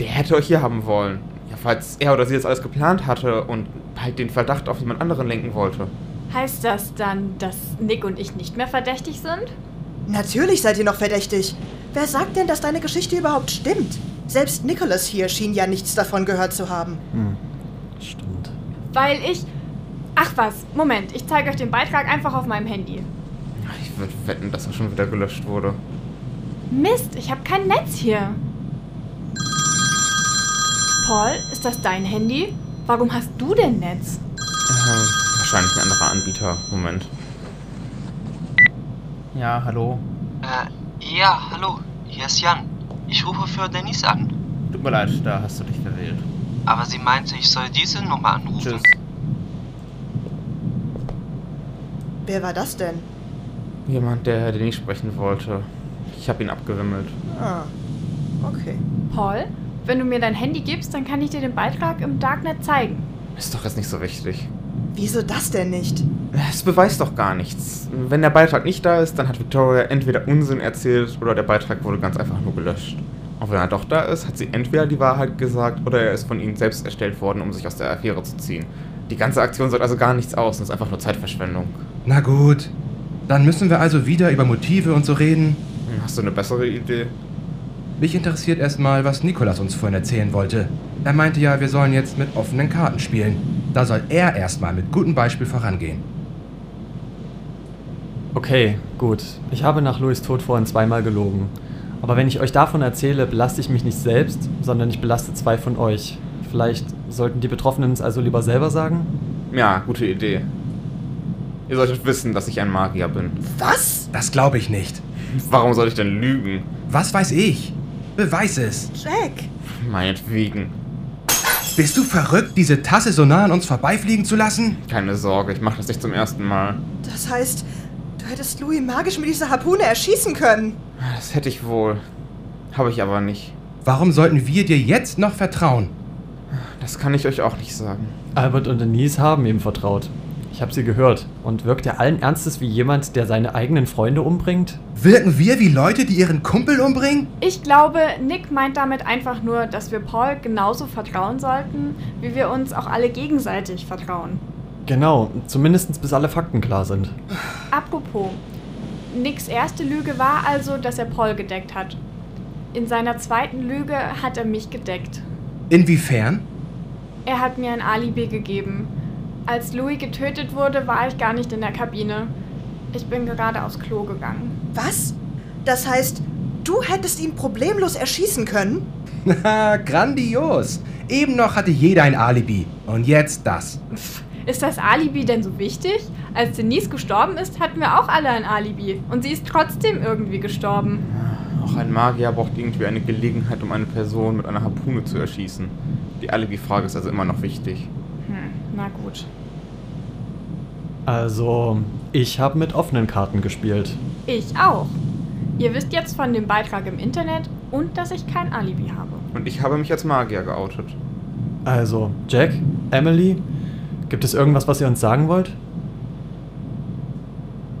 [SPEAKER 2] Der hätte euch hier haben wollen. Ja, falls er oder sie das alles geplant hatte und halt den Verdacht auf jemand anderen lenken wollte.
[SPEAKER 6] Heißt das dann, dass Nick und ich nicht mehr verdächtig sind?
[SPEAKER 8] Natürlich seid ihr noch verdächtig. Wer sagt denn, dass deine Geschichte überhaupt stimmt? Selbst Nicholas hier schien ja nichts davon gehört zu haben.
[SPEAKER 10] Stimmt.
[SPEAKER 6] Weil ich. Ach was, Moment, ich zeige euch den Beitrag einfach auf meinem Handy.
[SPEAKER 2] Ach, Ich würde wetten, dass er schon wieder gelöscht wurde.
[SPEAKER 6] Mist, ich habe kein Netz hier. Paul, ist das dein Handy? Warum hast du denn Netz?
[SPEAKER 2] Ähm, wahrscheinlich ein anderer Anbieter. Moment.
[SPEAKER 9] oh.
[SPEAKER 2] Ja, hallo.
[SPEAKER 11] Äh, ja, hallo, hier ist Jan. Ich rufe für Denise an,
[SPEAKER 2] Tut mir leid, da hast du dich verwählt.
[SPEAKER 11] aber sie meinte, ich soll diese Nummer anrufen.
[SPEAKER 2] Tschüss.
[SPEAKER 8] Wer war das denn?
[SPEAKER 2] Jemand, der den ich sprechen wollte. Ich habe ihn abgewimmelt.
[SPEAKER 8] Ah, okay.
[SPEAKER 6] Paul, wenn du mir dein Handy gibst, dann kann ich dir den Beitrag im Darknet zeigen.
[SPEAKER 2] Ist doch jetzt nicht so wichtig.
[SPEAKER 8] Wieso das denn nicht?
[SPEAKER 2] Es beweist doch gar nichts. Wenn der Beitrag nicht da ist, dann hat Victoria entweder Unsinn erzählt oder der Beitrag wurde ganz einfach nur gelöscht. Und wenn er doch da ist, hat sie entweder die Wahrheit gesagt oder er ist von ihnen selbst erstellt worden, um sich aus der Affäre zu ziehen. Die ganze Aktion sagt also gar nichts aus und ist einfach nur Zeitverschwendung.
[SPEAKER 9] Na gut, dann müssen wir also wieder über Motive und so reden.
[SPEAKER 2] Hm, Hast du eine bessere Idee?
[SPEAKER 9] Mich interessiert erstmal, was Nikolas uns vorhin erzählen wollte. Er meinte ja, wir sollen jetzt mit offenen Karten spielen. Da soll er erstmal mit gutem Beispiel vorangehen.
[SPEAKER 10] Okay, gut. Ich habe nach Louis Tod vorhin zweimal gelogen. Aber wenn ich euch davon erzähle, belaste ich mich nicht selbst, sondern ich belaste zwei von euch. Vielleicht sollten die Betroffenen es also lieber selber sagen?
[SPEAKER 2] Ja, gute Idee. Ihr solltet wissen, dass ich ein Magier bin.
[SPEAKER 8] Was?
[SPEAKER 9] Das glaube ich nicht.
[SPEAKER 2] Warum soll ich denn lügen?
[SPEAKER 9] Was weiß ich? Beweis es.
[SPEAKER 8] Jack!
[SPEAKER 2] Meinetwegen.
[SPEAKER 9] Bist du verrückt, diese Tasse so nah an uns vorbeifliegen zu lassen?
[SPEAKER 2] Keine Sorge, ich mache das nicht zum ersten Mal.
[SPEAKER 8] Das heißt, du hättest Louis magisch mit dieser Harpune erschießen können.
[SPEAKER 2] Das hätte ich wohl. Habe ich aber nicht.
[SPEAKER 9] Warum sollten wir dir jetzt noch vertrauen?
[SPEAKER 2] Das kann ich euch auch nicht sagen.
[SPEAKER 10] Albert und Denise haben ihm vertraut. Ich habe sie gehört. Und wirkt er allen Ernstes wie jemand, der seine eigenen Freunde umbringt?
[SPEAKER 9] Wirken wir wie Leute, die ihren Kumpel umbringen?
[SPEAKER 6] Ich glaube, Nick meint damit einfach nur, dass wir Paul genauso vertrauen sollten, wie wir uns auch alle gegenseitig vertrauen.
[SPEAKER 10] Genau, zumindest bis alle Fakten klar sind.
[SPEAKER 6] Apropos, Nicks erste Lüge war also, dass er Paul gedeckt hat. In seiner zweiten Lüge hat er mich gedeckt.
[SPEAKER 9] Inwiefern?
[SPEAKER 6] Er hat mir ein Alibi gegeben. Als Louis getötet wurde, war ich gar nicht in der Kabine. Ich bin gerade aufs Klo gegangen.
[SPEAKER 8] Was? Das heißt, du hättest ihn problemlos erschießen können?
[SPEAKER 9] Na, grandios. Eben noch hatte jeder ein Alibi. Und jetzt das.
[SPEAKER 6] Ist das Alibi denn so wichtig? Als Denise gestorben ist, hatten wir auch alle ein Alibi. Und sie ist trotzdem irgendwie gestorben.
[SPEAKER 2] Auch ein Magier braucht irgendwie eine Gelegenheit, um eine Person mit einer Harpune zu erschießen. Die Alibi-Frage ist also immer noch wichtig.
[SPEAKER 6] Hm, na gut.
[SPEAKER 10] Also, ich habe mit offenen Karten gespielt.
[SPEAKER 6] Ich auch. Ihr wisst jetzt von dem Beitrag im Internet und dass ich kein Alibi habe.
[SPEAKER 2] Und ich habe mich als Magier geoutet.
[SPEAKER 10] Also, Jack, Emily, gibt es irgendwas, was ihr uns sagen wollt?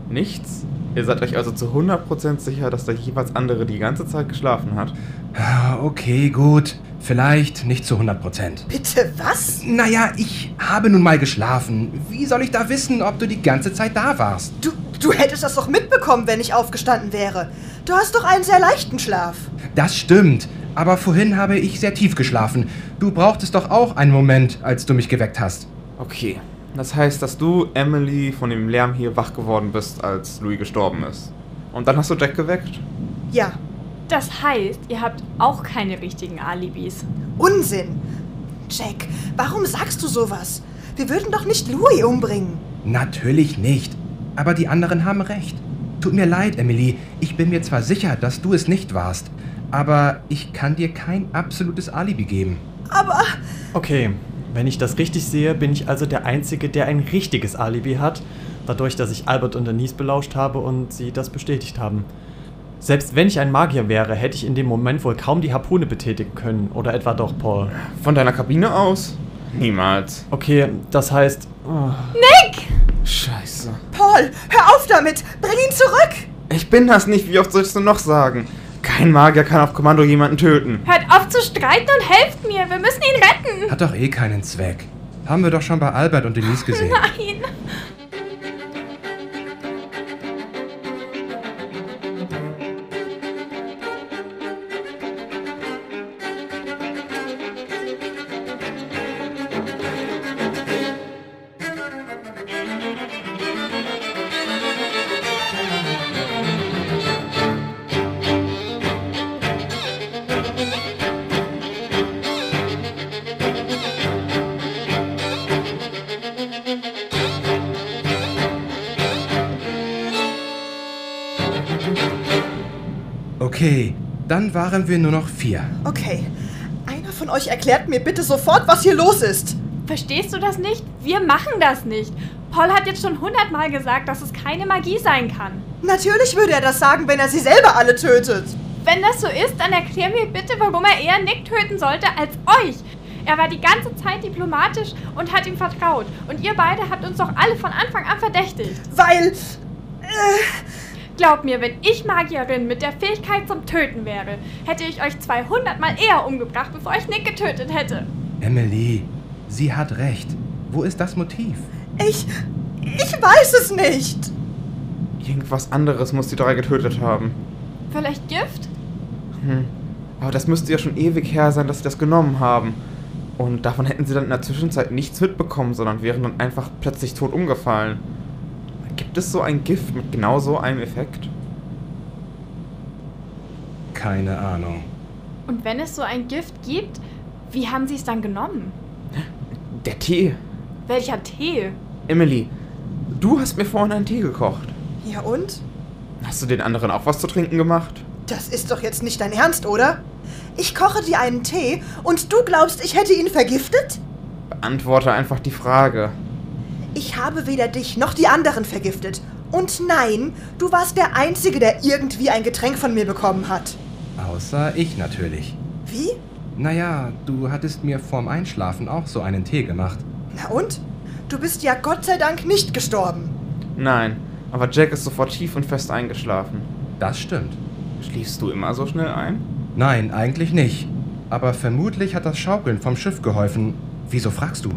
[SPEAKER 2] Nichts? Ihr seid euch also zu 100% sicher, dass der jeweils andere die ganze Zeit geschlafen hat?
[SPEAKER 9] Ah, Okay, gut. Vielleicht nicht zu 100 Prozent.
[SPEAKER 8] Bitte was?
[SPEAKER 9] Naja, ich habe nun mal geschlafen. Wie soll ich da wissen, ob du die ganze Zeit da warst?
[SPEAKER 8] Du, du hättest das doch mitbekommen, wenn ich aufgestanden wäre. Du hast doch einen sehr leichten Schlaf.
[SPEAKER 9] Das stimmt. Aber vorhin habe ich sehr tief geschlafen. Du brauchtest doch auch einen Moment, als du mich geweckt hast.
[SPEAKER 2] Okay. Das heißt, dass du, Emily, von dem Lärm hier wach geworden bist, als Louis gestorben ist. Und dann hast du Jack geweckt?
[SPEAKER 8] Ja,
[SPEAKER 6] Das heißt, ihr habt auch keine richtigen Alibis.
[SPEAKER 8] Unsinn. Jack, warum sagst du sowas? Wir würden doch nicht Louis umbringen.
[SPEAKER 9] Natürlich nicht. Aber die anderen haben recht. Tut mir leid, Emily. Ich bin mir zwar sicher, dass du es nicht warst, aber ich kann dir kein absolutes Alibi geben.
[SPEAKER 8] Aber
[SPEAKER 10] Okay, wenn ich das richtig sehe, bin ich also der Einzige, der ein richtiges Alibi hat, dadurch, dass ich Albert und Denise belauscht habe und sie das bestätigt haben. Selbst wenn ich ein Magier wäre, hätte ich in dem Moment wohl kaum die Harpune betätigen können, oder etwa doch, Paul.
[SPEAKER 2] Von deiner Kabine aus? Niemals.
[SPEAKER 10] Okay, das heißt. oh,
[SPEAKER 2] Scheiße.
[SPEAKER 8] Paul, hör auf damit! Bring ihn zurück!
[SPEAKER 2] Ich bin das nicht, wie oft sollst du noch sagen? Kein Magier kann auf Kommando jemanden töten.
[SPEAKER 6] Hört auf auf zu streiten und helft mir. Wir müssen ihn retten.
[SPEAKER 9] Hat doch eh keinen Zweck. Haben wir doch schon bei Albert und Denise gesehen.
[SPEAKER 6] Nein.
[SPEAKER 9] Okay, dann waren wir nur noch vier.
[SPEAKER 8] Okay, einer von euch erklärt mir bitte sofort, was hier los ist.
[SPEAKER 6] Verstehst du das nicht? Wir machen das nicht. Paul hat jetzt schon hundertmal gesagt, dass es keine Magie sein kann.
[SPEAKER 8] Natürlich würde er das sagen, wenn er sie selber alle tötet.
[SPEAKER 6] Wenn das so ist, dann erklär mir bitte, warum er eher Nick töten sollte als euch. Er war die ganze Zeit diplomatisch und hat ihm vertraut. Und ihr beide habt uns doch alle von Anfang an verdächtigt.
[SPEAKER 8] Weil.
[SPEAKER 6] Glaubt mir, wenn ich Magierin mit der Fähigkeit zum Töten wäre, hätte ich euch 200 Mal eher umgebracht, bevor ich Nick getötet hätte.
[SPEAKER 9] Emily, sie hat recht. Wo ist das Motiv?
[SPEAKER 8] Ich. Ich weiß es nicht.
[SPEAKER 2] Irgendwas anderes muss die drei getötet haben.
[SPEAKER 6] Vielleicht Gift?
[SPEAKER 2] Hm. Aber das müsste ja schon ewig her sein, dass sie das genommen haben. Und davon hätten sie dann in der Zwischenzeit nichts mitbekommen, sondern wären dann einfach plötzlich tot umgefallen. Gibt es so ein Gift mit genau so einem Effekt?
[SPEAKER 9] Keine Ahnung.
[SPEAKER 6] Und wenn es so ein Gift gibt, wie haben sie es dann genommen?
[SPEAKER 2] Der Tee.
[SPEAKER 6] Welcher Tee?
[SPEAKER 2] Emily, du hast mir vorhin einen Tee gekocht.
[SPEAKER 8] Ja und?
[SPEAKER 2] Hast du den anderen auch was zu trinken gemacht?
[SPEAKER 8] Das ist doch jetzt nicht dein Ernst, oder? Ich koche dir einen Tee und du glaubst, ich hätte ihn vergiftet?
[SPEAKER 2] Beantworte einfach die Frage.
[SPEAKER 8] Ich habe weder dich noch die anderen vergiftet. Und nein, du warst der Einzige, der irgendwie ein Getränk von mir bekommen hat.
[SPEAKER 9] Außer ich natürlich.
[SPEAKER 8] Wie?
[SPEAKER 9] Naja, du hattest mir vorm Einschlafen auch so einen Tee gemacht.
[SPEAKER 8] Na und? Du bist ja Gott sei Dank nicht gestorben.
[SPEAKER 2] Nein, aber Jack ist sofort tief und fest eingeschlafen.
[SPEAKER 9] Das stimmt.
[SPEAKER 2] Schläfst du immer so schnell ein?
[SPEAKER 9] Nein, eigentlich nicht. Aber vermutlich hat das Schaukeln vom Schiff geholfen. Wieso fragst du?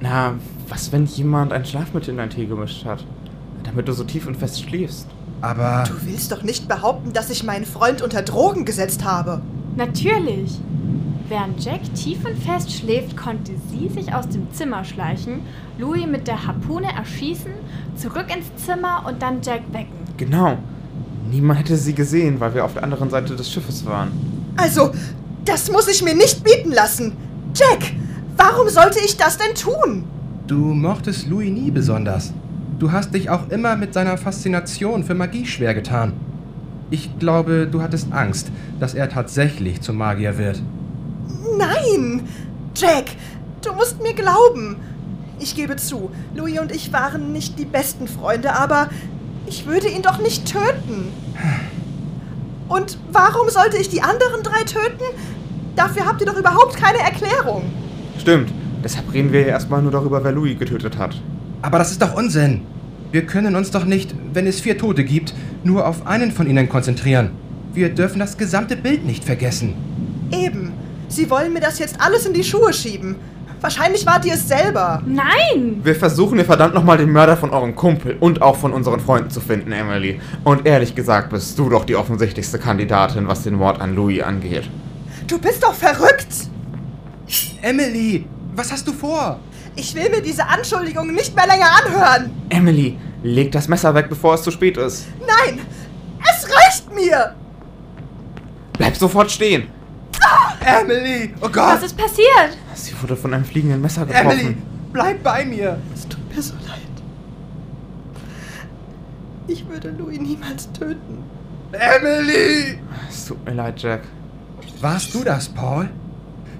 [SPEAKER 2] Na, was, wenn jemand ein Schlafmittel in deinen Tee gemischt hat? Damit du so tief und fest schläfst.
[SPEAKER 9] Aber
[SPEAKER 8] Du willst doch nicht behaupten, dass ich meinen Freund unter Drogen gesetzt habe.
[SPEAKER 6] Natürlich. Während Jack tief und fest schläft, konnte sie sich aus dem Zimmer schleichen, Louis mit der Harpune erschießen, zurück ins Zimmer und dann Jack wecken.
[SPEAKER 2] Genau. Niemand hätte sie gesehen, weil wir auf der anderen Seite des Schiffes waren.
[SPEAKER 8] Also, das muss ich mir nicht bieten lassen. Jack, warum sollte ich das denn tun?
[SPEAKER 9] du mochtest Louis nie besonders. Du hast dich auch immer mit seiner Faszination für Magie schwer getan. Ich glaube, du hattest Angst, dass er tatsächlich zum Magier wird.
[SPEAKER 8] Nein! Jack, du musst mir glauben. Ich gebe zu, Louis und ich waren nicht die besten Freunde, aber ich würde ihn doch nicht töten. Und warum sollte ich die anderen drei töten? Dafür habt ihr doch überhaupt keine Erklärung.
[SPEAKER 2] Stimmt. Deshalb reden wir ja erstmal nur darüber, wer Louis getötet hat.
[SPEAKER 9] Aber das ist doch Unsinn. Wir können uns doch nicht, wenn es vier Tote gibt, nur auf einen von ihnen konzentrieren. Wir dürfen das gesamte Bild nicht vergessen.
[SPEAKER 8] Eben. Sie wollen mir das jetzt alles in die Schuhe schieben. Wahrscheinlich wart ihr es selber.
[SPEAKER 6] Nein!
[SPEAKER 2] Wir versuchen hier verdammt nochmal den Mörder von eurem Kumpel und auch von unseren Freunden zu finden, Emily. Und ehrlich gesagt bist du doch die offensichtlichste Kandidatin, was den Mord an Louis angeht.
[SPEAKER 8] Du bist doch verrückt.
[SPEAKER 9] Emily, was hast du vor?
[SPEAKER 8] Ich will mir diese Anschuldigungen nicht mehr länger anhören.
[SPEAKER 2] Emily, leg das Messer weg, bevor es zu spät ist.
[SPEAKER 8] Nein, es reicht mir.
[SPEAKER 2] Bleib sofort stehen!
[SPEAKER 8] Ah!
[SPEAKER 9] Emily! Oh Gott!
[SPEAKER 6] Was ist passiert?
[SPEAKER 2] Sie wurde von einem fliegenden Messer getroffen.
[SPEAKER 9] Emily, bleib bei mir!
[SPEAKER 8] Es tut mir so leid. Ich würde Louis niemals töten.
[SPEAKER 9] Emily!
[SPEAKER 2] Es tut mir leid, Jack.
[SPEAKER 9] Warst du das, Paul?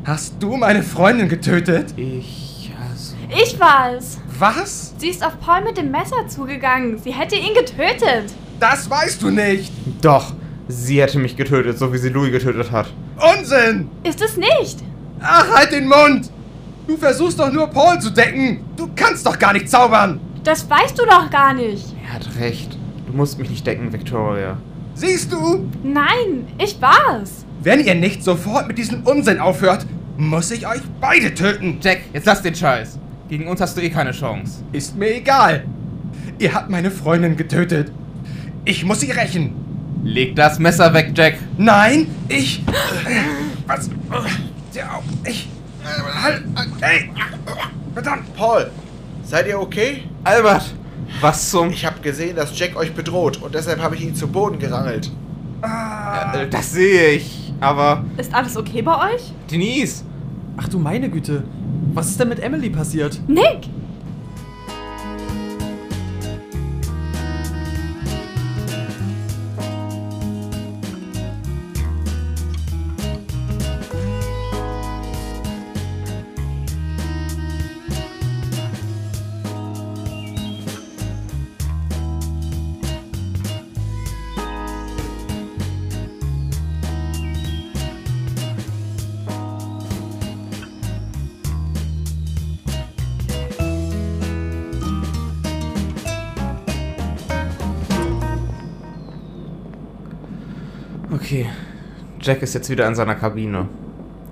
[SPEAKER 9] Hast du meine Freundin getötet?
[SPEAKER 2] Ich. Also,
[SPEAKER 6] Ich war es.
[SPEAKER 9] Was?
[SPEAKER 6] Sie ist auf Paul mit dem Messer zugegangen. Sie hätte ihn getötet.
[SPEAKER 9] Das weißt du nicht!
[SPEAKER 2] doch, sie hätte mich getötet, so wie sie Louis getötet hat.
[SPEAKER 9] Unsinn!
[SPEAKER 6] Ist es nicht?
[SPEAKER 9] Ach, halt den Mund! Du versuchst doch nur Paul zu decken! Du kannst doch gar nicht zaubern!
[SPEAKER 6] Das weißt du doch gar nicht.
[SPEAKER 2] Er hat recht. Du musst mich nicht decken, Victoria.
[SPEAKER 9] Siehst du?
[SPEAKER 6] Nein, ich war es.
[SPEAKER 9] Wenn ihr nicht sofort mit diesem Unsinn aufhört, muss ich euch beide töten.
[SPEAKER 2] Jack, jetzt lass den Scheiß. Gegen uns hast du eh keine Chance.
[SPEAKER 9] Ist mir egal. Ihr habt meine Freundin getötet. Ich muss sie rächen.
[SPEAKER 2] Leg das Messer weg, Jack.
[SPEAKER 9] Nein, ich. äh, Was? Der Au- Ich. Halt. Hey. Verdammt.
[SPEAKER 7] Paul, seid ihr okay?
[SPEAKER 2] Albert! Was zum...
[SPEAKER 7] Ich habe gesehen, dass Jack euch bedroht und deshalb habe ich ihn zu Boden gerangelt.
[SPEAKER 2] Äh, Das sehe ich. Aber...
[SPEAKER 3] Ist alles okay bei euch?
[SPEAKER 2] Denise!
[SPEAKER 10] Ach du meine Güte, was ist denn mit Emily passiert?
[SPEAKER 6] Nick!
[SPEAKER 2] Okay. Jack ist jetzt wieder in seiner Kabine.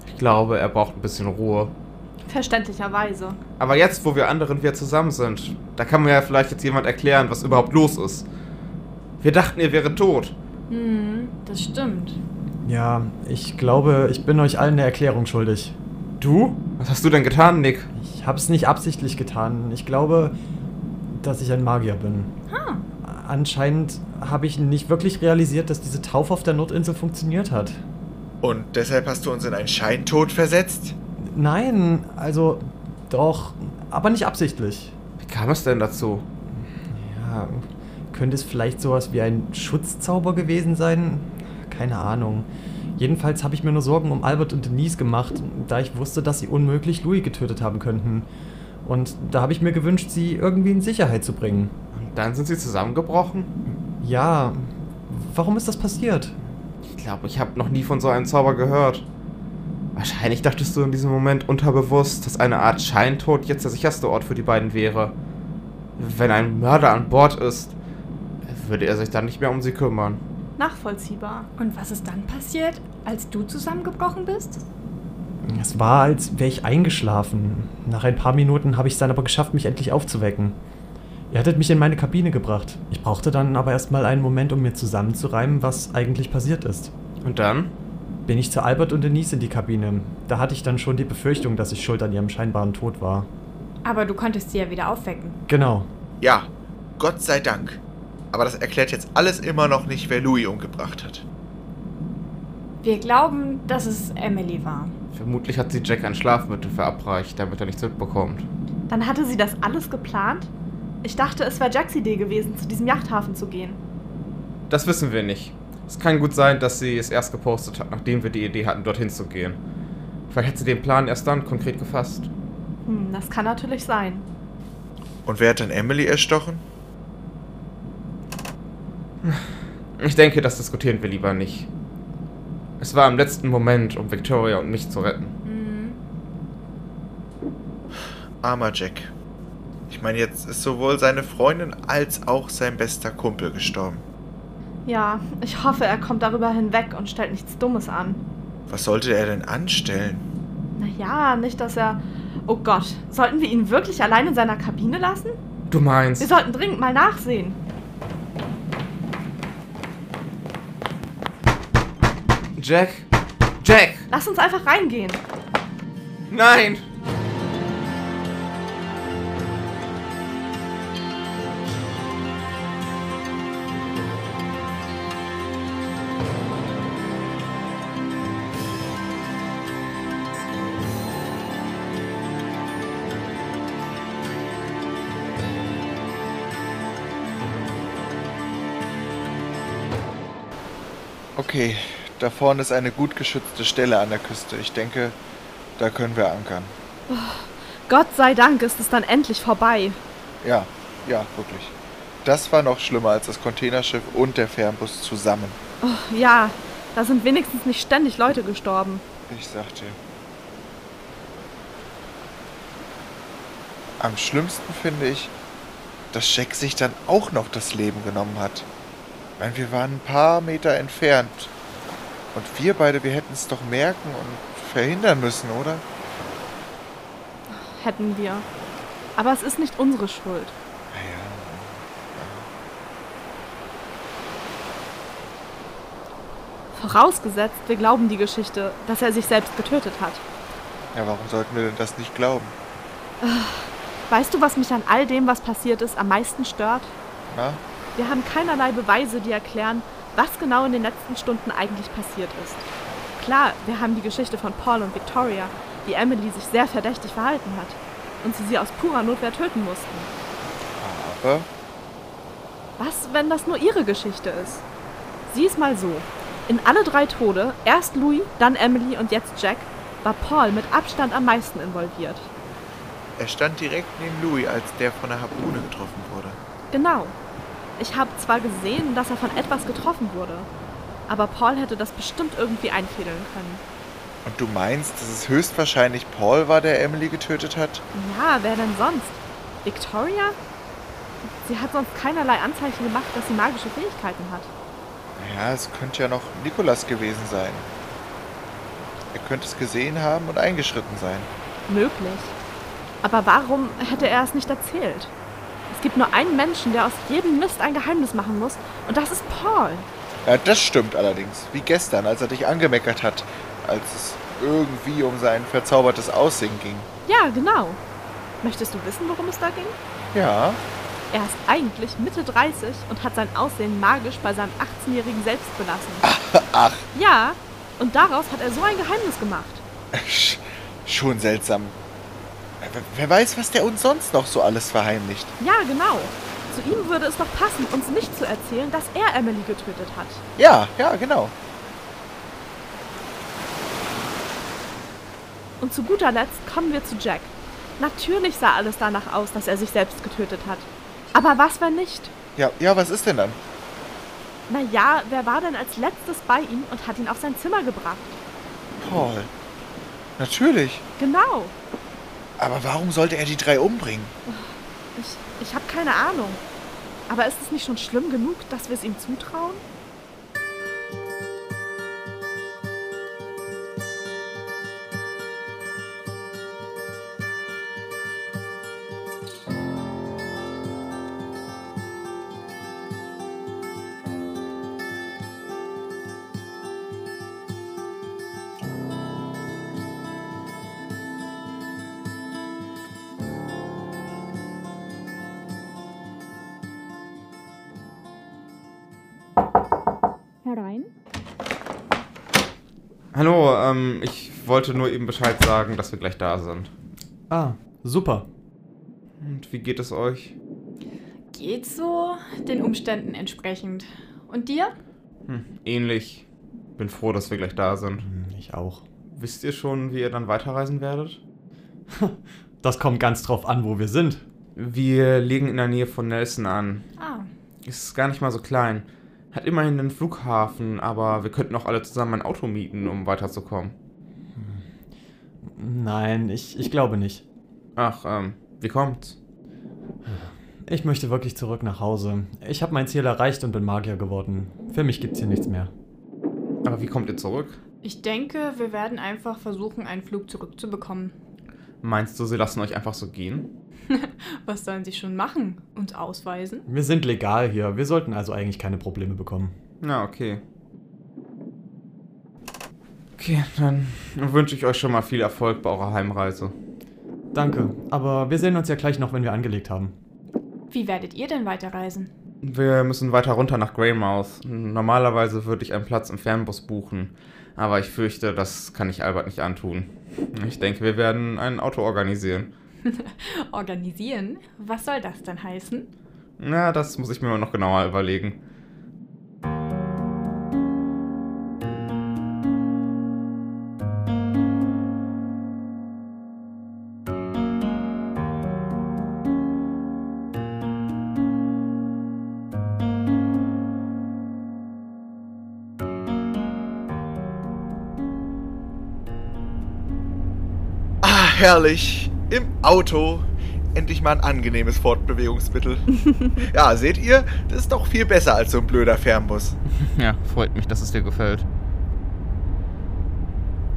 [SPEAKER 2] Ich glaube, er braucht ein bisschen Ruhe.
[SPEAKER 3] Verständlicherweise.
[SPEAKER 2] Aber jetzt, wo wir anderen wieder zusammen sind, da kann mir ja vielleicht jetzt jemand erklären, was überhaupt los ist. Wir dachten, ihr wäret tot.
[SPEAKER 6] Hm, das stimmt.
[SPEAKER 10] Ja, ich glaube, ich bin euch allen eine Erklärung schuldig.
[SPEAKER 2] Du? Was hast du denn getan, Nick?
[SPEAKER 10] Ich hab's nicht absichtlich getan. Ich glaube, dass ich ein Magier bin. Anscheinend habe ich nicht wirklich realisiert, dass diese Taufe auf der Nordinsel funktioniert hat.
[SPEAKER 7] Und deshalb hast du uns in einen Scheintod versetzt?
[SPEAKER 10] Nein, also doch, aber nicht absichtlich.
[SPEAKER 2] Wie kam es denn dazu?
[SPEAKER 10] Ja, könnte es vielleicht sowas wie ein Schutzzauber gewesen sein? Keine Ahnung. Jedenfalls habe ich mir nur Sorgen um Albert und Denise gemacht, da ich wusste, dass sie unmöglich Louis getötet haben könnten. Und da habe ich mir gewünscht, sie irgendwie in Sicherheit zu bringen.
[SPEAKER 2] Und dann sind sie zusammengebrochen?
[SPEAKER 10] Ja, warum ist das passiert?
[SPEAKER 2] Ich glaube, ich habe noch nie von so einem Zauber gehört. Wahrscheinlich dachtest du in diesem Moment unterbewusst, dass eine Art Scheintod jetzt der sicherste Ort für die beiden wäre. Wenn ein Mörder an Bord ist, würde er sich dann nicht mehr um sie kümmern.
[SPEAKER 3] Nachvollziehbar.
[SPEAKER 6] Und was ist dann passiert, als du zusammengebrochen bist?
[SPEAKER 10] Es war, als wäre ich eingeschlafen. Nach ein paar Minuten habe ich es dann aber geschafft, mich endlich aufzuwecken. Ihr hattet mich in meine Kabine gebracht. Ich brauchte dann aber erstmal einen Moment, um mir zusammenzureimen, was eigentlich passiert ist.
[SPEAKER 2] Und dann?
[SPEAKER 10] Bin ich zu Albert und Denise in die Kabine. Da hatte ich dann schon die Befürchtung, dass ich schuld an ihrem scheinbaren Tod war.
[SPEAKER 6] Aber du konntest sie ja wieder aufwecken.
[SPEAKER 10] Genau.
[SPEAKER 7] Ja, Gott sei Dank. Aber das erklärt jetzt alles immer noch nicht, wer Louis umgebracht hat.
[SPEAKER 6] Wir glauben, dass es Emily war.
[SPEAKER 2] Vermutlich hat sie Jack ein Schlafmittel verabreicht, damit er nichts mitbekommt.
[SPEAKER 3] Dann hatte sie das alles geplant? Ich dachte, es wäre Jacks Idee gewesen, zu diesem Yachthafen zu gehen.
[SPEAKER 2] Das wissen wir nicht. Es kann gut sein, dass sie es erst gepostet hat, nachdem wir die Idee hatten, dorthin zu gehen. Vielleicht hat sie den Plan erst dann konkret gefasst.
[SPEAKER 3] Hm, das kann natürlich sein.
[SPEAKER 7] Und wer hat dann Emily erstochen?
[SPEAKER 2] Ich denke, das diskutieren wir lieber nicht. Es war im letzten Moment, um Victoria und mich zu retten.
[SPEAKER 7] Armer Jack. Ich meine, jetzt ist sowohl seine Freundin als auch sein bester Kumpel gestorben.
[SPEAKER 3] Ja, ich hoffe, er kommt darüber hinweg und stellt nichts Dummes an.
[SPEAKER 7] Was sollte er denn anstellen?
[SPEAKER 3] Naja, nicht, dass er. Oh Gott, sollten wir ihn wirklich allein in seiner Kabine lassen?
[SPEAKER 2] Du meinst?
[SPEAKER 3] Wir sollten dringend mal nachsehen.
[SPEAKER 2] Jack? Jack!
[SPEAKER 3] Lass uns einfach reingehen.
[SPEAKER 2] Nein!
[SPEAKER 7] Okay, da vorne ist eine gut geschützte Stelle an der Küste. Ich denke, da können wir ankern.
[SPEAKER 3] Oh, Gott sei Dank ist es dann endlich vorbei.
[SPEAKER 7] Ja, ja, wirklich. Das war noch schlimmer als das Containerschiff und der Fernbus zusammen.
[SPEAKER 3] Oh, ja, da sind wenigstens nicht ständig Leute gestorben.
[SPEAKER 7] Ich sagte. Am schlimmsten finde ich, dass Jack sich dann auch noch das Leben genommen hat. Ich meine, wir waren ein paar Meter entfernt. Und wir beide, wir hätten es doch merken und verhindern müssen, oder?
[SPEAKER 3] Hätten wir. Aber es ist nicht unsere Schuld. Vorausgesetzt, wir glauben die Geschichte, dass er sich selbst getötet hat.
[SPEAKER 7] Ja, warum sollten wir denn das nicht glauben?
[SPEAKER 3] Oh, Weißt du, was mich an all dem, was passiert ist, am meisten stört?
[SPEAKER 7] Na?
[SPEAKER 3] Wir haben keinerlei Beweise, die erklären, was genau in den letzten Stunden eigentlich passiert ist. Klar, wir haben die Geschichte von Paul und Victoria, wie Emily sich sehr verdächtig verhalten hat und sie sie aus purer Notwehr töten mussten.
[SPEAKER 7] Aber
[SPEAKER 3] Was, wenn das nur ihre Geschichte ist? Sieh es mal so. In alle drei Tode, erst Louis, dann Emily und jetzt Jack, war Paul mit Abstand am meisten involviert.
[SPEAKER 7] er stand direkt neben Louis, als der von der Harpune getroffen wurde.
[SPEAKER 3] Genau. Ich habe zwar gesehen, dass er von etwas getroffen wurde, aber Paul hätte das bestimmt irgendwie einfädeln können.
[SPEAKER 7] Und du meinst, dass es höchstwahrscheinlich Paul war, der Emily getötet hat?
[SPEAKER 3] Ja, wer denn sonst? Victoria? Sie hat sonst keinerlei Anzeichen gemacht, dass sie magische Fähigkeiten hat.
[SPEAKER 7] Ja, es könnte ja noch Nikolas gewesen sein. Er könnte es gesehen haben und eingeschritten sein.
[SPEAKER 3] Möglich. Aber warum hätte er es nicht erzählt? Es gibt nur einen Menschen, der aus jedem Mist ein Geheimnis machen muss, und das ist Paul.
[SPEAKER 7] Ja, das stimmt allerdings. Wie gestern, als er dich angemeckert hat, als es irgendwie um sein verzaubertes Aussehen ging.
[SPEAKER 3] Ja, genau. Möchtest du wissen, worum es da ging?
[SPEAKER 7] Ja,
[SPEAKER 3] Er ist eigentlich Mitte 30 und hat sein Aussehen magisch bei seinem 18-jährigen Selbst belassen.
[SPEAKER 7] ach.
[SPEAKER 3] Ja, und daraus hat er so ein Geheimnis gemacht.
[SPEAKER 7] sch- schon seltsam. Wer- Wer weiß, was der uns sonst noch so alles verheimlicht.
[SPEAKER 3] Ja, genau. Zu ihm würde es doch passen, uns nicht zu erzählen, dass er Emily getötet hat.
[SPEAKER 7] Ja, ja, genau.
[SPEAKER 3] Und zu guter Letzt kommen wir zu Jack. Natürlich sah alles danach aus, dass er sich selbst getötet hat. Aber was, wenn nicht?
[SPEAKER 7] Ja, ja, was ist denn dann?
[SPEAKER 3] Na ja, wer war denn als letztes bei ihm und hat ihn auf sein Zimmer gebracht?
[SPEAKER 7] Paul. Natürlich.
[SPEAKER 3] Genau.
[SPEAKER 7] Aber warum sollte er die drei umbringen?
[SPEAKER 3] Ich, ich habe keine Ahnung. Aber ist es nicht schon schlimm genug, dass wir es ihm zutrauen?
[SPEAKER 12] Herein?
[SPEAKER 2] Hallo, ähm, ich wollte nur eben Bescheid sagen, dass wir gleich da sind.
[SPEAKER 10] Ah, super.
[SPEAKER 2] Und wie geht es euch?
[SPEAKER 6] Geht so den Umständen entsprechend. Und dir?
[SPEAKER 2] Hm, ähnlich. Bin froh, dass wir gleich da sind.
[SPEAKER 10] Hm, Ich auch.
[SPEAKER 2] Wisst ihr schon, wie ihr dann weiterreisen werdet?
[SPEAKER 10] Das kommt ganz drauf an, wo wir sind.
[SPEAKER 2] Wir legen in der Nähe von Nelson an.
[SPEAKER 6] Ah,
[SPEAKER 2] Ist gar nicht mal so klein. Hat immerhin einen Flughafen, aber wir könnten auch alle zusammen ein Auto mieten, um weiterzukommen.
[SPEAKER 10] Nein, ich, ich glaube nicht.
[SPEAKER 2] Ach, ähm, wie kommt's?
[SPEAKER 10] Ich möchte wirklich zurück nach Hause. Ich habe mein Ziel erreicht und bin Magier geworden. Für mich gibt's hier nichts mehr.
[SPEAKER 2] Aber wie kommt ihr zurück?
[SPEAKER 6] ich denke, wir werden einfach versuchen, einen Flug zurückzubekommen.
[SPEAKER 2] Meinst du, sie lassen euch einfach so gehen?
[SPEAKER 6] Was sollen sie schon machen? Uns ausweisen?
[SPEAKER 10] Wir sind legal hier. Wir sollten also eigentlich keine Probleme bekommen.
[SPEAKER 2] Na, okay. Okay, dann wünsche ich euch schon mal viel Erfolg bei eurer Heimreise.
[SPEAKER 10] Danke, aber wir sehen uns ja gleich noch, wenn wir angelegt haben.
[SPEAKER 6] Wie werdet ihr denn weiterreisen?
[SPEAKER 2] Wir müssen weiter runter nach Greymouth. Normalerweise würde ich einen Platz im Fernbus buchen, aber ich fürchte, das kann ich Albert nicht antun. Ich denke, wir werden ein Auto organisieren.
[SPEAKER 6] Organisieren? Was soll das denn heißen?
[SPEAKER 2] Na, das muss ich mir noch genauer überlegen.
[SPEAKER 7] Ah, herrlich. Im Auto. Endlich mal ein angenehmes Fortbewegungsmittel. ja, seht ihr? Das ist doch viel besser als so ein blöder Fernbus.
[SPEAKER 2] Ja, freut mich, dass es dir gefällt.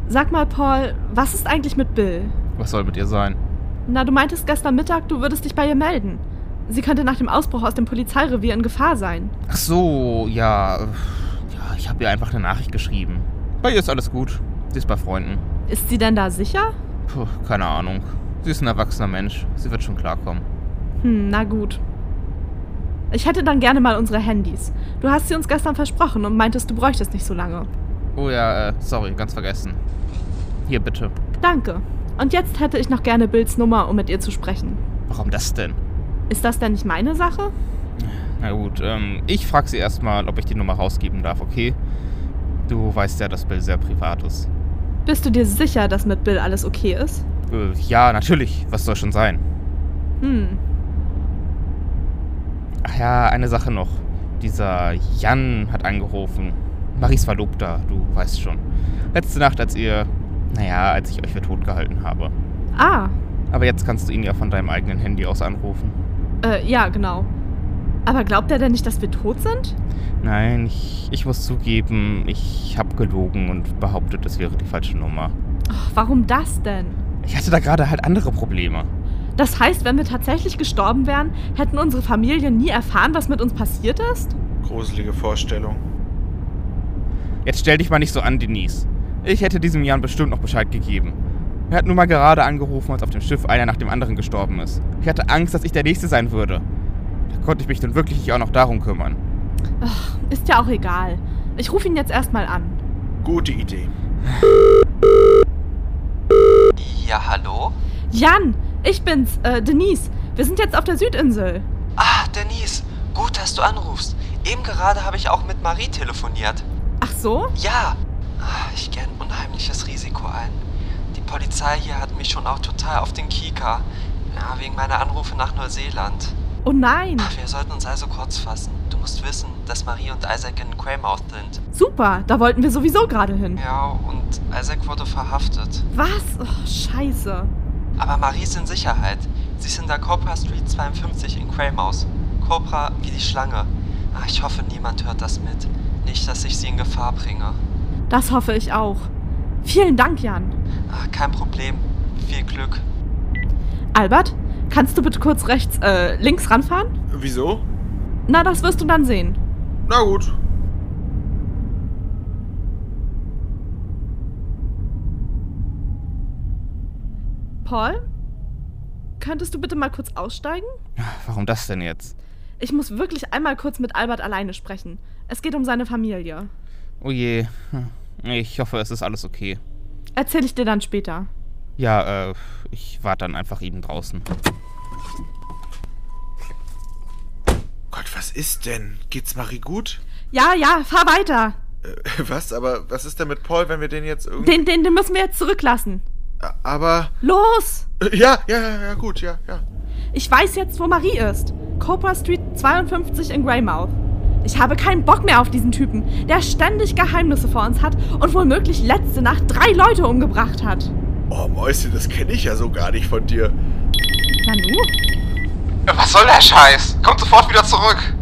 [SPEAKER 3] Sag mal, Paul, was ist eigentlich mit Bill?
[SPEAKER 2] Was soll mit ihr sein?
[SPEAKER 3] Na, du meintest gestern Mittag, du würdest dich bei ihr melden. Sie könnte nach dem Ausbruch aus dem Polizeirevier in Gefahr sein.
[SPEAKER 2] Ach so, ja. äh, Ja, ich habe ihr einfach eine Nachricht geschrieben. Bei ihr ist alles gut. Sie ist bei Freunden.
[SPEAKER 3] Ist sie denn da sicher?
[SPEAKER 2] Puh, keine Ahnung. Sie ist ein erwachsener Mensch. Sie wird schon klarkommen.
[SPEAKER 3] Hm, na gut. Ich hätte dann gerne mal unsere Handys. Du hast sie uns gestern versprochen und meintest, du bräuchtest nicht so lange.
[SPEAKER 2] Oh ja, äh, sorry, ganz vergessen. Hier bitte.
[SPEAKER 3] Danke. Und jetzt hätte ich noch gerne Bills Nummer, um mit ihr zu sprechen.
[SPEAKER 2] Warum das denn?
[SPEAKER 3] Ist das denn nicht meine Sache?
[SPEAKER 2] Na gut, ähm, ich frage sie erstmal, ob ich die Nummer rausgeben darf, okay? Du weißt ja, dass Bill sehr privat ist.
[SPEAKER 3] Bist du dir sicher, dass mit Bill alles okay ist?
[SPEAKER 2] Äh, ja, natürlich. Was soll schon sein?
[SPEAKER 3] Hm,
[SPEAKER 2] Ach ja, eine Sache noch. Dieser Jan hat angerufen. Maries Verlobter, du weißt schon. Letzte Nacht, als ihr. Naja, als ich euch für tot gehalten habe.
[SPEAKER 3] Ah,
[SPEAKER 2] Aber jetzt kannst du ihn ja von deinem eigenen Handy aus anrufen.
[SPEAKER 3] äh, ja, genau. Aber glaubt er denn nicht, dass wir tot sind?
[SPEAKER 2] Nein, ich, ich muss zugeben, ich habe gelogen und behauptet, es wäre die falsche Nummer.
[SPEAKER 3] Ach, warum das denn?
[SPEAKER 2] Ich hatte da gerade halt andere Probleme.
[SPEAKER 3] Das heißt, wenn wir tatsächlich gestorben wären, hätten unsere Familien nie erfahren, was mit uns passiert ist?
[SPEAKER 7] Gruselige Vorstellung.
[SPEAKER 2] Jetzt stell dich mal nicht so an, Denise. Ich hätte diesem Jan bestimmt noch Bescheid gegeben. Er hat nur mal gerade angerufen, als auf dem Schiff einer nach dem anderen gestorben ist. Ich hatte Angst, dass ich der Nächste sein würde. Da konnte ich mich dann wirklich nicht auch noch darum kümmern.
[SPEAKER 3] Ist ja auch egal. Ich rufe ihn jetzt erstmal an.
[SPEAKER 7] Gute Idee.
[SPEAKER 11] Ja, hallo?
[SPEAKER 3] Jan, ich bin's, äh, Denise. Wir sind jetzt auf der Südinsel.
[SPEAKER 11] Ah, Denise, gut, dass du anrufst. Eben gerade habe ich auch mit Marie telefoniert.
[SPEAKER 3] Ach so?
[SPEAKER 11] Ja, Ah, ich gehe ein unheimliches Risiko ein. Die Polizei hier hat mich schon auch total auf den Kika. Ja, wegen meiner Anrufe nach Neuseeland.
[SPEAKER 3] Oh nein.
[SPEAKER 11] Ach, wir sollten uns also kurz fassen. Du musst wissen, dass Marie und Isaac in Greymouth sind.
[SPEAKER 3] Super, da wollten wir sowieso gerade hin.
[SPEAKER 11] Ja, und Isaac wurde verhaftet.
[SPEAKER 3] Was? Oh, scheiße.
[SPEAKER 11] Aber Marie ist in Sicherheit. Sie ist in der Cobra Street 52 in Greymouth. Cobra wie die Schlange. Ach, ich hoffe, niemand hört das mit. Nicht, dass ich sie in Gefahr bringe.
[SPEAKER 3] Das hoffe ich auch. Vielen Dank, Jan.
[SPEAKER 11] Ach, Ah, kein Problem. Viel Glück.
[SPEAKER 3] Albert, kannst du bitte kurz rechts, äh, links ranfahren?
[SPEAKER 7] Wieso?
[SPEAKER 3] Na, das wirst du dann sehen.
[SPEAKER 7] Na gut.
[SPEAKER 3] Paul? Könntest du bitte mal kurz aussteigen?
[SPEAKER 2] Warum das denn jetzt?
[SPEAKER 3] Ich muss wirklich einmal kurz mit Albert alleine sprechen. Es geht um seine Familie.
[SPEAKER 2] Oh je. Hm. Ich hoffe, es ist alles okay.
[SPEAKER 3] Erzähl ich dir dann später.
[SPEAKER 2] Ja, äh, ich warte dann einfach eben draußen.
[SPEAKER 7] Oh Gott, was ist denn? Geht's Marie gut?
[SPEAKER 3] Ja, ja, fahr weiter.
[SPEAKER 7] Äh, was? Aber was ist denn mit Paul, wenn wir den jetzt irgendwie.
[SPEAKER 3] Den, den, den müssen wir jetzt zurücklassen.
[SPEAKER 7] Aber.
[SPEAKER 3] Los!
[SPEAKER 7] Äh, Ja, ja, ja, ja, gut, ja, ja.
[SPEAKER 3] Ich weiß jetzt, wo Marie ist. Cobra Street 52 in Greymouth. Ich habe keinen Bock mehr auf diesen Typen, der ständig Geheimnisse vor uns hat und womöglich letzte Nacht drei Leute umgebracht hat.
[SPEAKER 7] Oh, Mäuschen, das kenne ich ja so gar nicht von dir.
[SPEAKER 3] Nanu?
[SPEAKER 11] Was soll der Scheiß? Kommt sofort wieder zurück.